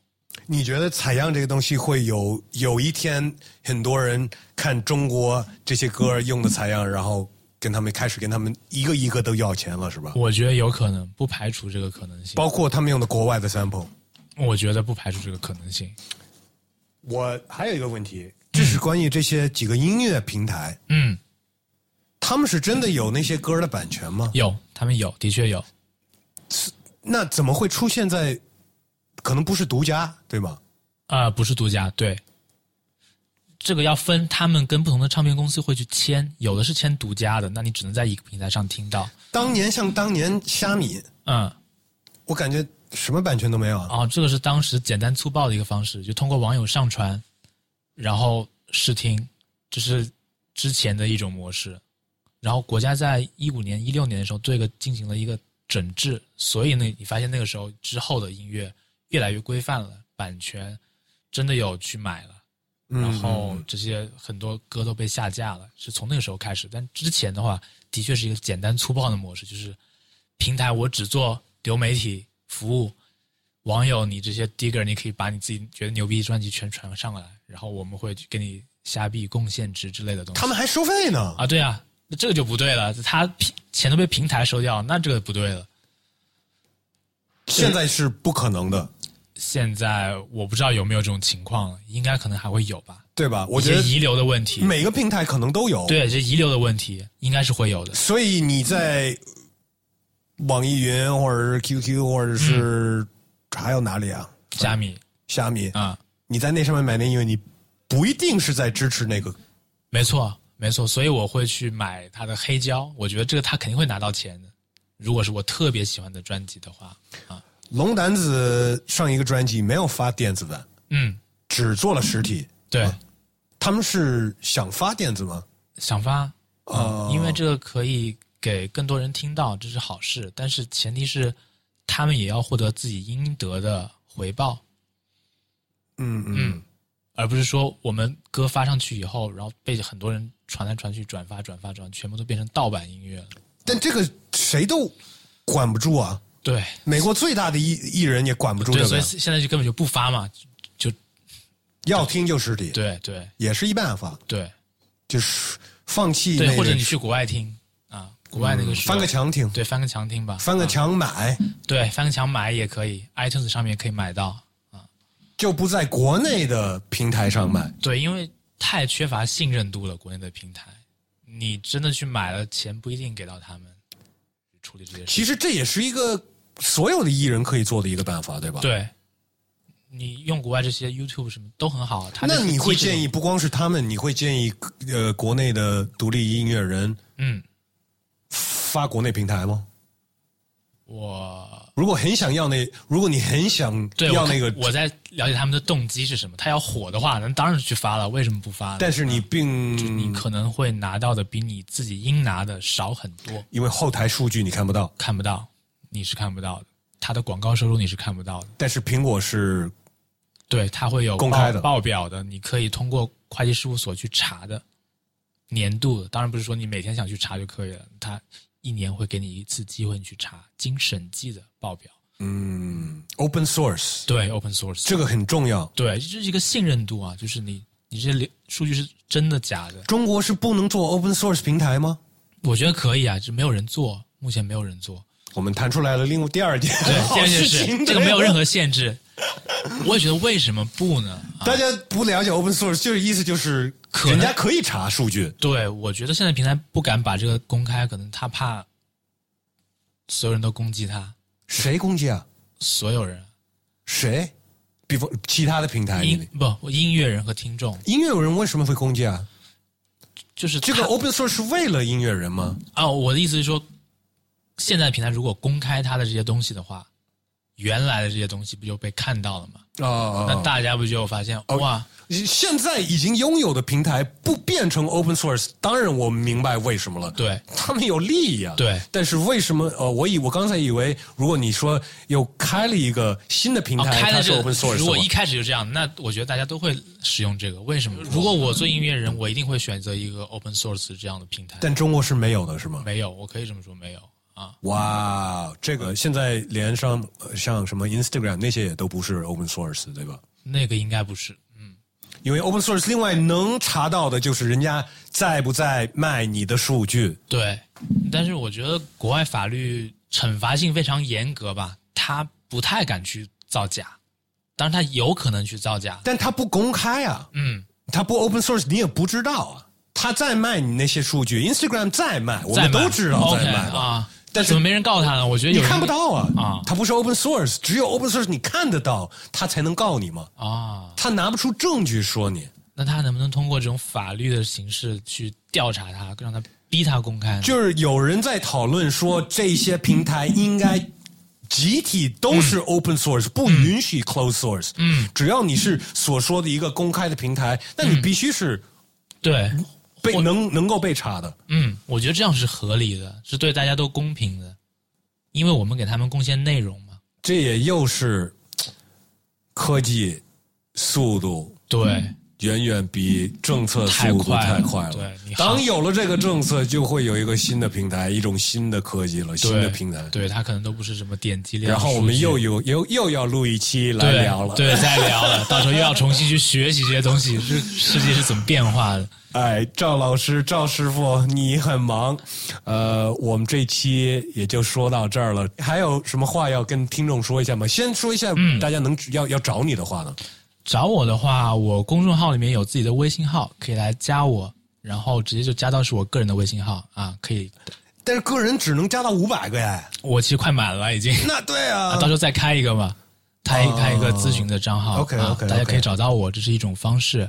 A: 你觉得采样这个东西会有有一天很多人看中国这些歌用的采样，然后跟他们开始跟他们一个一个都要钱了，是吧？
B: 我觉得有可能，不排除这个可能性。
A: 包括他们用的国外的 sample。
B: 我觉得不排除这个可能性。
A: 我还有一个问题，这是关于这些几个音乐平台，
B: 嗯，
A: 他们是真的有那些歌的版权吗？
B: 有，他们有，的确有。
A: 那怎么会出现在？可能不是独家，对吗？
B: 啊、不是独家，对。这个要分，他们跟不同的唱片公司会去签，有的是签独家的，那你只能在一个平台上听到。
A: 当年像当年虾米，
B: 嗯，
A: 我感觉什么版权都没有啊。
B: 哦，这个是当时简单粗暴的一个方式，就通过网友上传，然后试听，这是之前的一种模式。然后国家在一五年、一六年的时候，对这个进行了一个整治，所以呢，你发现那个时候之后的音乐越来越规范了，版权真的有去买了。
A: 嗯
B: 然后这些很多歌都被下架了，是从那个时候开始。但之前的话，的确是一个简单粗暴的模式，就是平台我只做流媒体服务，网友你这些 digger 你可以把你自己觉得牛逼的专辑全传上来，然后我们会给你虾币贡献值之类的东西。
A: 他们还收费呢。
B: 啊，对啊，那这个就不对了，他平钱都被平台收掉，那这个不对了。
A: 现在是不可能的，
B: 现在我不知道有没有这种情况了，应该可能还会有吧。
A: 对吧？我
B: 一
A: 觉
B: 些
A: 得
B: 遗留的问题，
A: 每个平台可能都有。，
B: 对，这遗留的问题应该是会有的。
A: 所以你在网易云或者是 QQ 或者
B: 嗯
A: 是还有哪里啊？
B: 虾米
A: 虾米，
B: 啊、
A: 你在那上面买那音乐，你不一定是在支持那个。
B: 没错，没错，所以我会去买他的黑胶，我觉得这个他肯定会拿到钱的。如果是我特别喜欢的专辑的话，啊，
A: 龙胆子上一个专辑没有发电子版，
B: 嗯，
A: 只做了实体。
B: 对，
A: 他们是想发电子吗？
B: 想发，
A: 哦
B: 啊因为这个可以给更多人听到，这是好事，但是前提是他们也要获得自己应得的回报，
A: 嗯嗯，
B: 嗯，而不是说我们歌发上去以后，然后被很多人传来传去、转发、转发、转发，全部都变成盗版音乐了。
A: 但这个谁都管不住啊。
B: 对，
A: 美国最大的艺艺人也管不住
B: 对，
A: 这
B: 所以
A: 个，
B: 现在就根本就不发嘛，就
A: 要听就实体，
B: 对对
A: 也是一办法，
B: 对
A: 就是放弃那
B: 对，
A: 个
B: 或者你去国外听啊，国外那个时候
A: 嗯翻个，墙听，
B: 对，翻个墙听吧，
A: 翻个
B: 啊，
A: 墙买，
B: 对，翻个墙买也可以，iTunes 上面也可以买到。
A: 就不在国内的平台上买。
B: 对，因为太缺乏信任度了，国内的平台，你真的去买了，钱不一定给到他们处理这些事。
A: 其实这也是一个所有的艺人可以做的一个办法，对吧？。
B: 对，你用国外这些 YouTube 什么都很好，啊它
A: 那
B: 这个
A: 你会
B: 机制
A: 建议，不光是他们，你会建议呃国内的独立音乐人
B: 嗯，
A: 发国内平台吗？
B: 我
A: 如果很想要那，如果你很想
B: 对
A: 要
B: 我
A: 那个，
B: 我在了解他们的动机是什么。他要火的话，那当然是去发了，为什么不发呢？
A: 但是你并
B: 你可能会拿到的比你自己应拿的少很多，
A: 因为后台数据你看不到，
B: 看不到，你是看不到的。他的广告收入你是看不到的，
A: 但是苹果是
B: 对，它会有
A: 公开的
B: 报报表的，你可以通过会计事务所去查的年度的。当然不是说你每天想去查就可以了，它一年会给你一次机会你去查经审计的报表。
A: 嗯 open source，
B: 对，open source，
A: 这个很重要。
B: 对，这是一个信任度啊，就是你你这流数据是真的假的？
A: 中国是不能做 open source 平台吗？
B: 我觉得可以啊，就没有人做，目前没有人做。
A: 我们谈出来了，另外第二件 *laughs*
B: 对，第
A: 好
B: 二件
A: 事
B: 事
A: 情，，
B: 这个没有任
A: 何。
B: 何限制。我也觉得为什么不呢？啊，
A: 大家不了解 open source，就是意思就是，
B: 可能
A: 人家可以查数据，
B: 对，我觉得现在平台不敢把这个公开，可能他怕所有人都攻击他，
A: 谁攻击啊？
B: 所有人
A: 谁？比方其他的平台
B: 音
A: 里，
B: 不音乐人和听众，
A: 音乐人为什么会攻击啊？
B: 就是
A: 这个
B: 他
A: open source 是为了音乐人吗？
B: 啊，我的意思是说，现在平台如果公开他的这些东西的话，原来的这些东西不就被看到了吗？
A: 啊、
B: 那大家不就有发现、哇？
A: 现在已经拥有的平台不变成 open source，当然我明白为什么了。
B: 对，
A: 他们有利益啊。
B: 对
A: 但是为什么？呃，我以我刚才以为，如果你说又开了一个新的平
B: 哦，
A: 台，
B: 开
A: 它
B: 了
A: 是
B: 这个
A: open source，
B: 如果
A: 的
B: 一
A: 话
B: 开始就这样，那我觉得大家都会使用这个。为什么？如果我做音乐人，我一定会选择一个 open source 这样的平台。
A: 但中国是没有的，是吗？
B: 没有，我可以这么说，没有啊。
A: 哇，这个现在连上呃像什么 Instagram 那些也都不是 open source，对吧？
B: 那个应该不是，嗯，
A: 因为 open source 另外能查到的就是人家在不在卖你的数据。
B: 对。但是我觉得国外法律惩罚性非常严格吧，他不太敢去造假，当然他有可能去造假，
A: 但它不公开啊，
B: 嗯，
A: 它不 open source，你也不知道啊。它在卖你那些数据，Instagram 在卖，我
B: 在
A: 们
B: 卖
A: 都知道
B: OK
A: 在卖的
B: 啊，
A: 但是
B: 怎么没人告他呢？我觉得有
A: 你
B: 人
A: 看不到啊
B: 啊
A: 它不是 open source，只有 open source 你看得到，他才能告你嘛。
B: 啊，
A: 他拿不出证据说你，
B: 那他能不能通过这种法律的形式去调查他，让他逼他公开呢？
A: 就是有人在讨论说这些平台应该集体都是
B: 嗯
A: open source，、不允许 closed source。嗯，只要你是所说的一个公开的平
B: 嗯
A: 台，那你必须是
B: 对，
A: 被、能能够被查的。
B: 嗯，我觉得这样是合理的，是对大家都公平的，因为我们给他们贡献内容嘛。
A: 这也又是科技速度
B: 对，
C: 远远比政策速度
B: 太快了
C: 太快了。
B: 对你好
C: 当有了这个政策，就会有一个新的平台，一种新的科技了，新
B: 对
C: 的平台。
B: 对它可能都不是什么点击量。
C: 然后我们
B: 数据
C: 又有又又要录一期来
B: 对
C: 聊了。
B: 对，再聊
C: *laughs*
B: 了，到时候又要重新去学习这些东西，这世界是怎么变化的？
C: 哎，赵老师、赵师傅，你很忙，呃，我们这期也就说到这儿了。还有什么话要跟听众说一下吗？先说一下，
B: 嗯
C: 大家能要要找你的话呢？
B: 找我的话，我公众号里面有自己的微信号，可以来加我，然后直接就加到是我个人的微信号啊，可以。
C: 但是个人只能加到五百个哎，
B: 我其实快满了
C: *laughs*
B: 已经，
C: 那对
B: 啊
C: 啊
B: 到时候再开一个嘛，开开一个咨询的账号、
C: OK，
B: 啊
C: OK，
B: 大家
C: OK
B: 可以找到我，这是一种方式。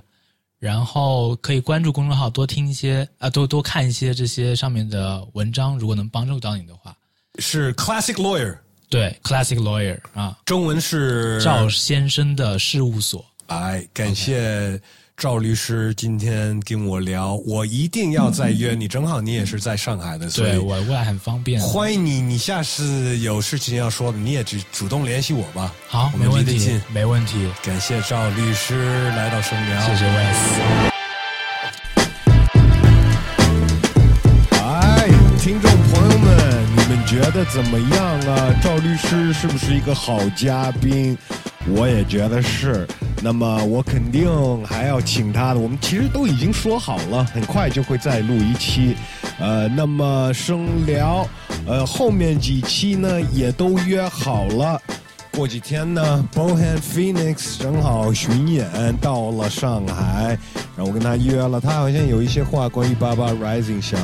B: 然后可以关注公众号，多听一些啊，多多看一些这些上面的文章，如果能帮助到你的话。
C: 是 Classic Lawyer，
B: 对，Classic Lawyer 啊，
C: 中文是
B: 赵先生的事务所。
C: 哎，感谢赵律师今天跟我聊，我一定要再约你。正好你也是在上海的，所
B: 对
C: 以
B: 我未来很方便。
C: 欢迎你。你下次有事情要说的，你也主主动联系我吧。
B: 好，
C: 我
B: 没
C: 们
B: 问
C: 离得近
B: 题。，没问题。
C: 感谢赵律师来到生聊，
B: 谢谢 Wes。
A: 哎，听众朋友们，你们觉得怎么样啊？赵律师是不是一个好嘉宾？我也觉得是。那么我肯定还要请他的。我们其实都已经说好了，很快就会再录一期。呃，那么生聊，呃，后面几期呢也都约好了。过几天呢，Bohan Phoenix 正好巡演到了上海，然后我跟他约了，他好像有一些话关于《八八 Rising》想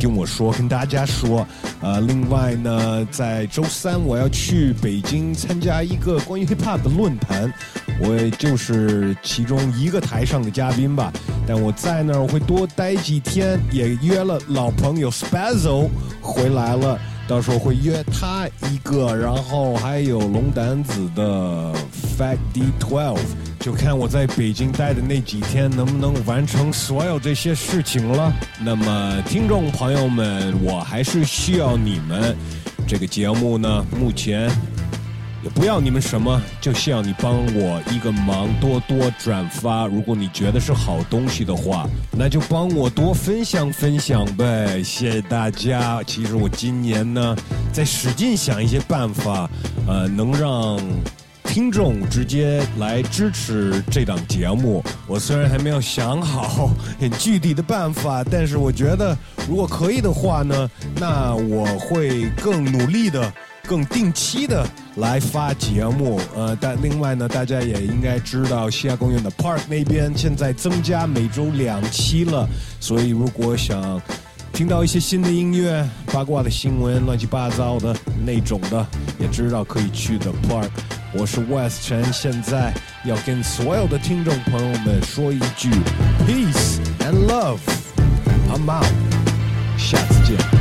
A: 跟我说，跟大家说。呃，另外呢，在周三我要去北京参加一个关于 hip hop 的论坛，我也就是其中一个台上的嘉宾吧。但我在那儿我会多待几天，也约了老朋友 Spazzo 回来了。到时候会约他一个，然后还有龙胆子的 Fat D Twelve，就看我在北京待的那几天能不能完成所有这些事情了。那么，听众朋友们，我还是需要你们。这个节目呢，目前也不要你们什么，就是要你帮我一个忙，多多转发。如果你觉得是好东西的话，那就帮我多分享分享呗，谢谢大家。其实我今年呢，在使劲想一些办法，呃，能让听众直接来支持这档节目。我虽然还没有想好很具体的办法，但是我觉得如果可以的话呢，那我会更努力的。更定期的来发节目。呃，但另外呢，大家也应该知道，西亚公园的 Park 那边现在增加每周两期了，所以如果想。听到一些新的音乐、八卦的新闻、乱七八糟的那种的，也知道可以去的 Park。我是 West 陈，现在要跟所有的听众朋友们说一句 Peace and Love，I'm out，下次见。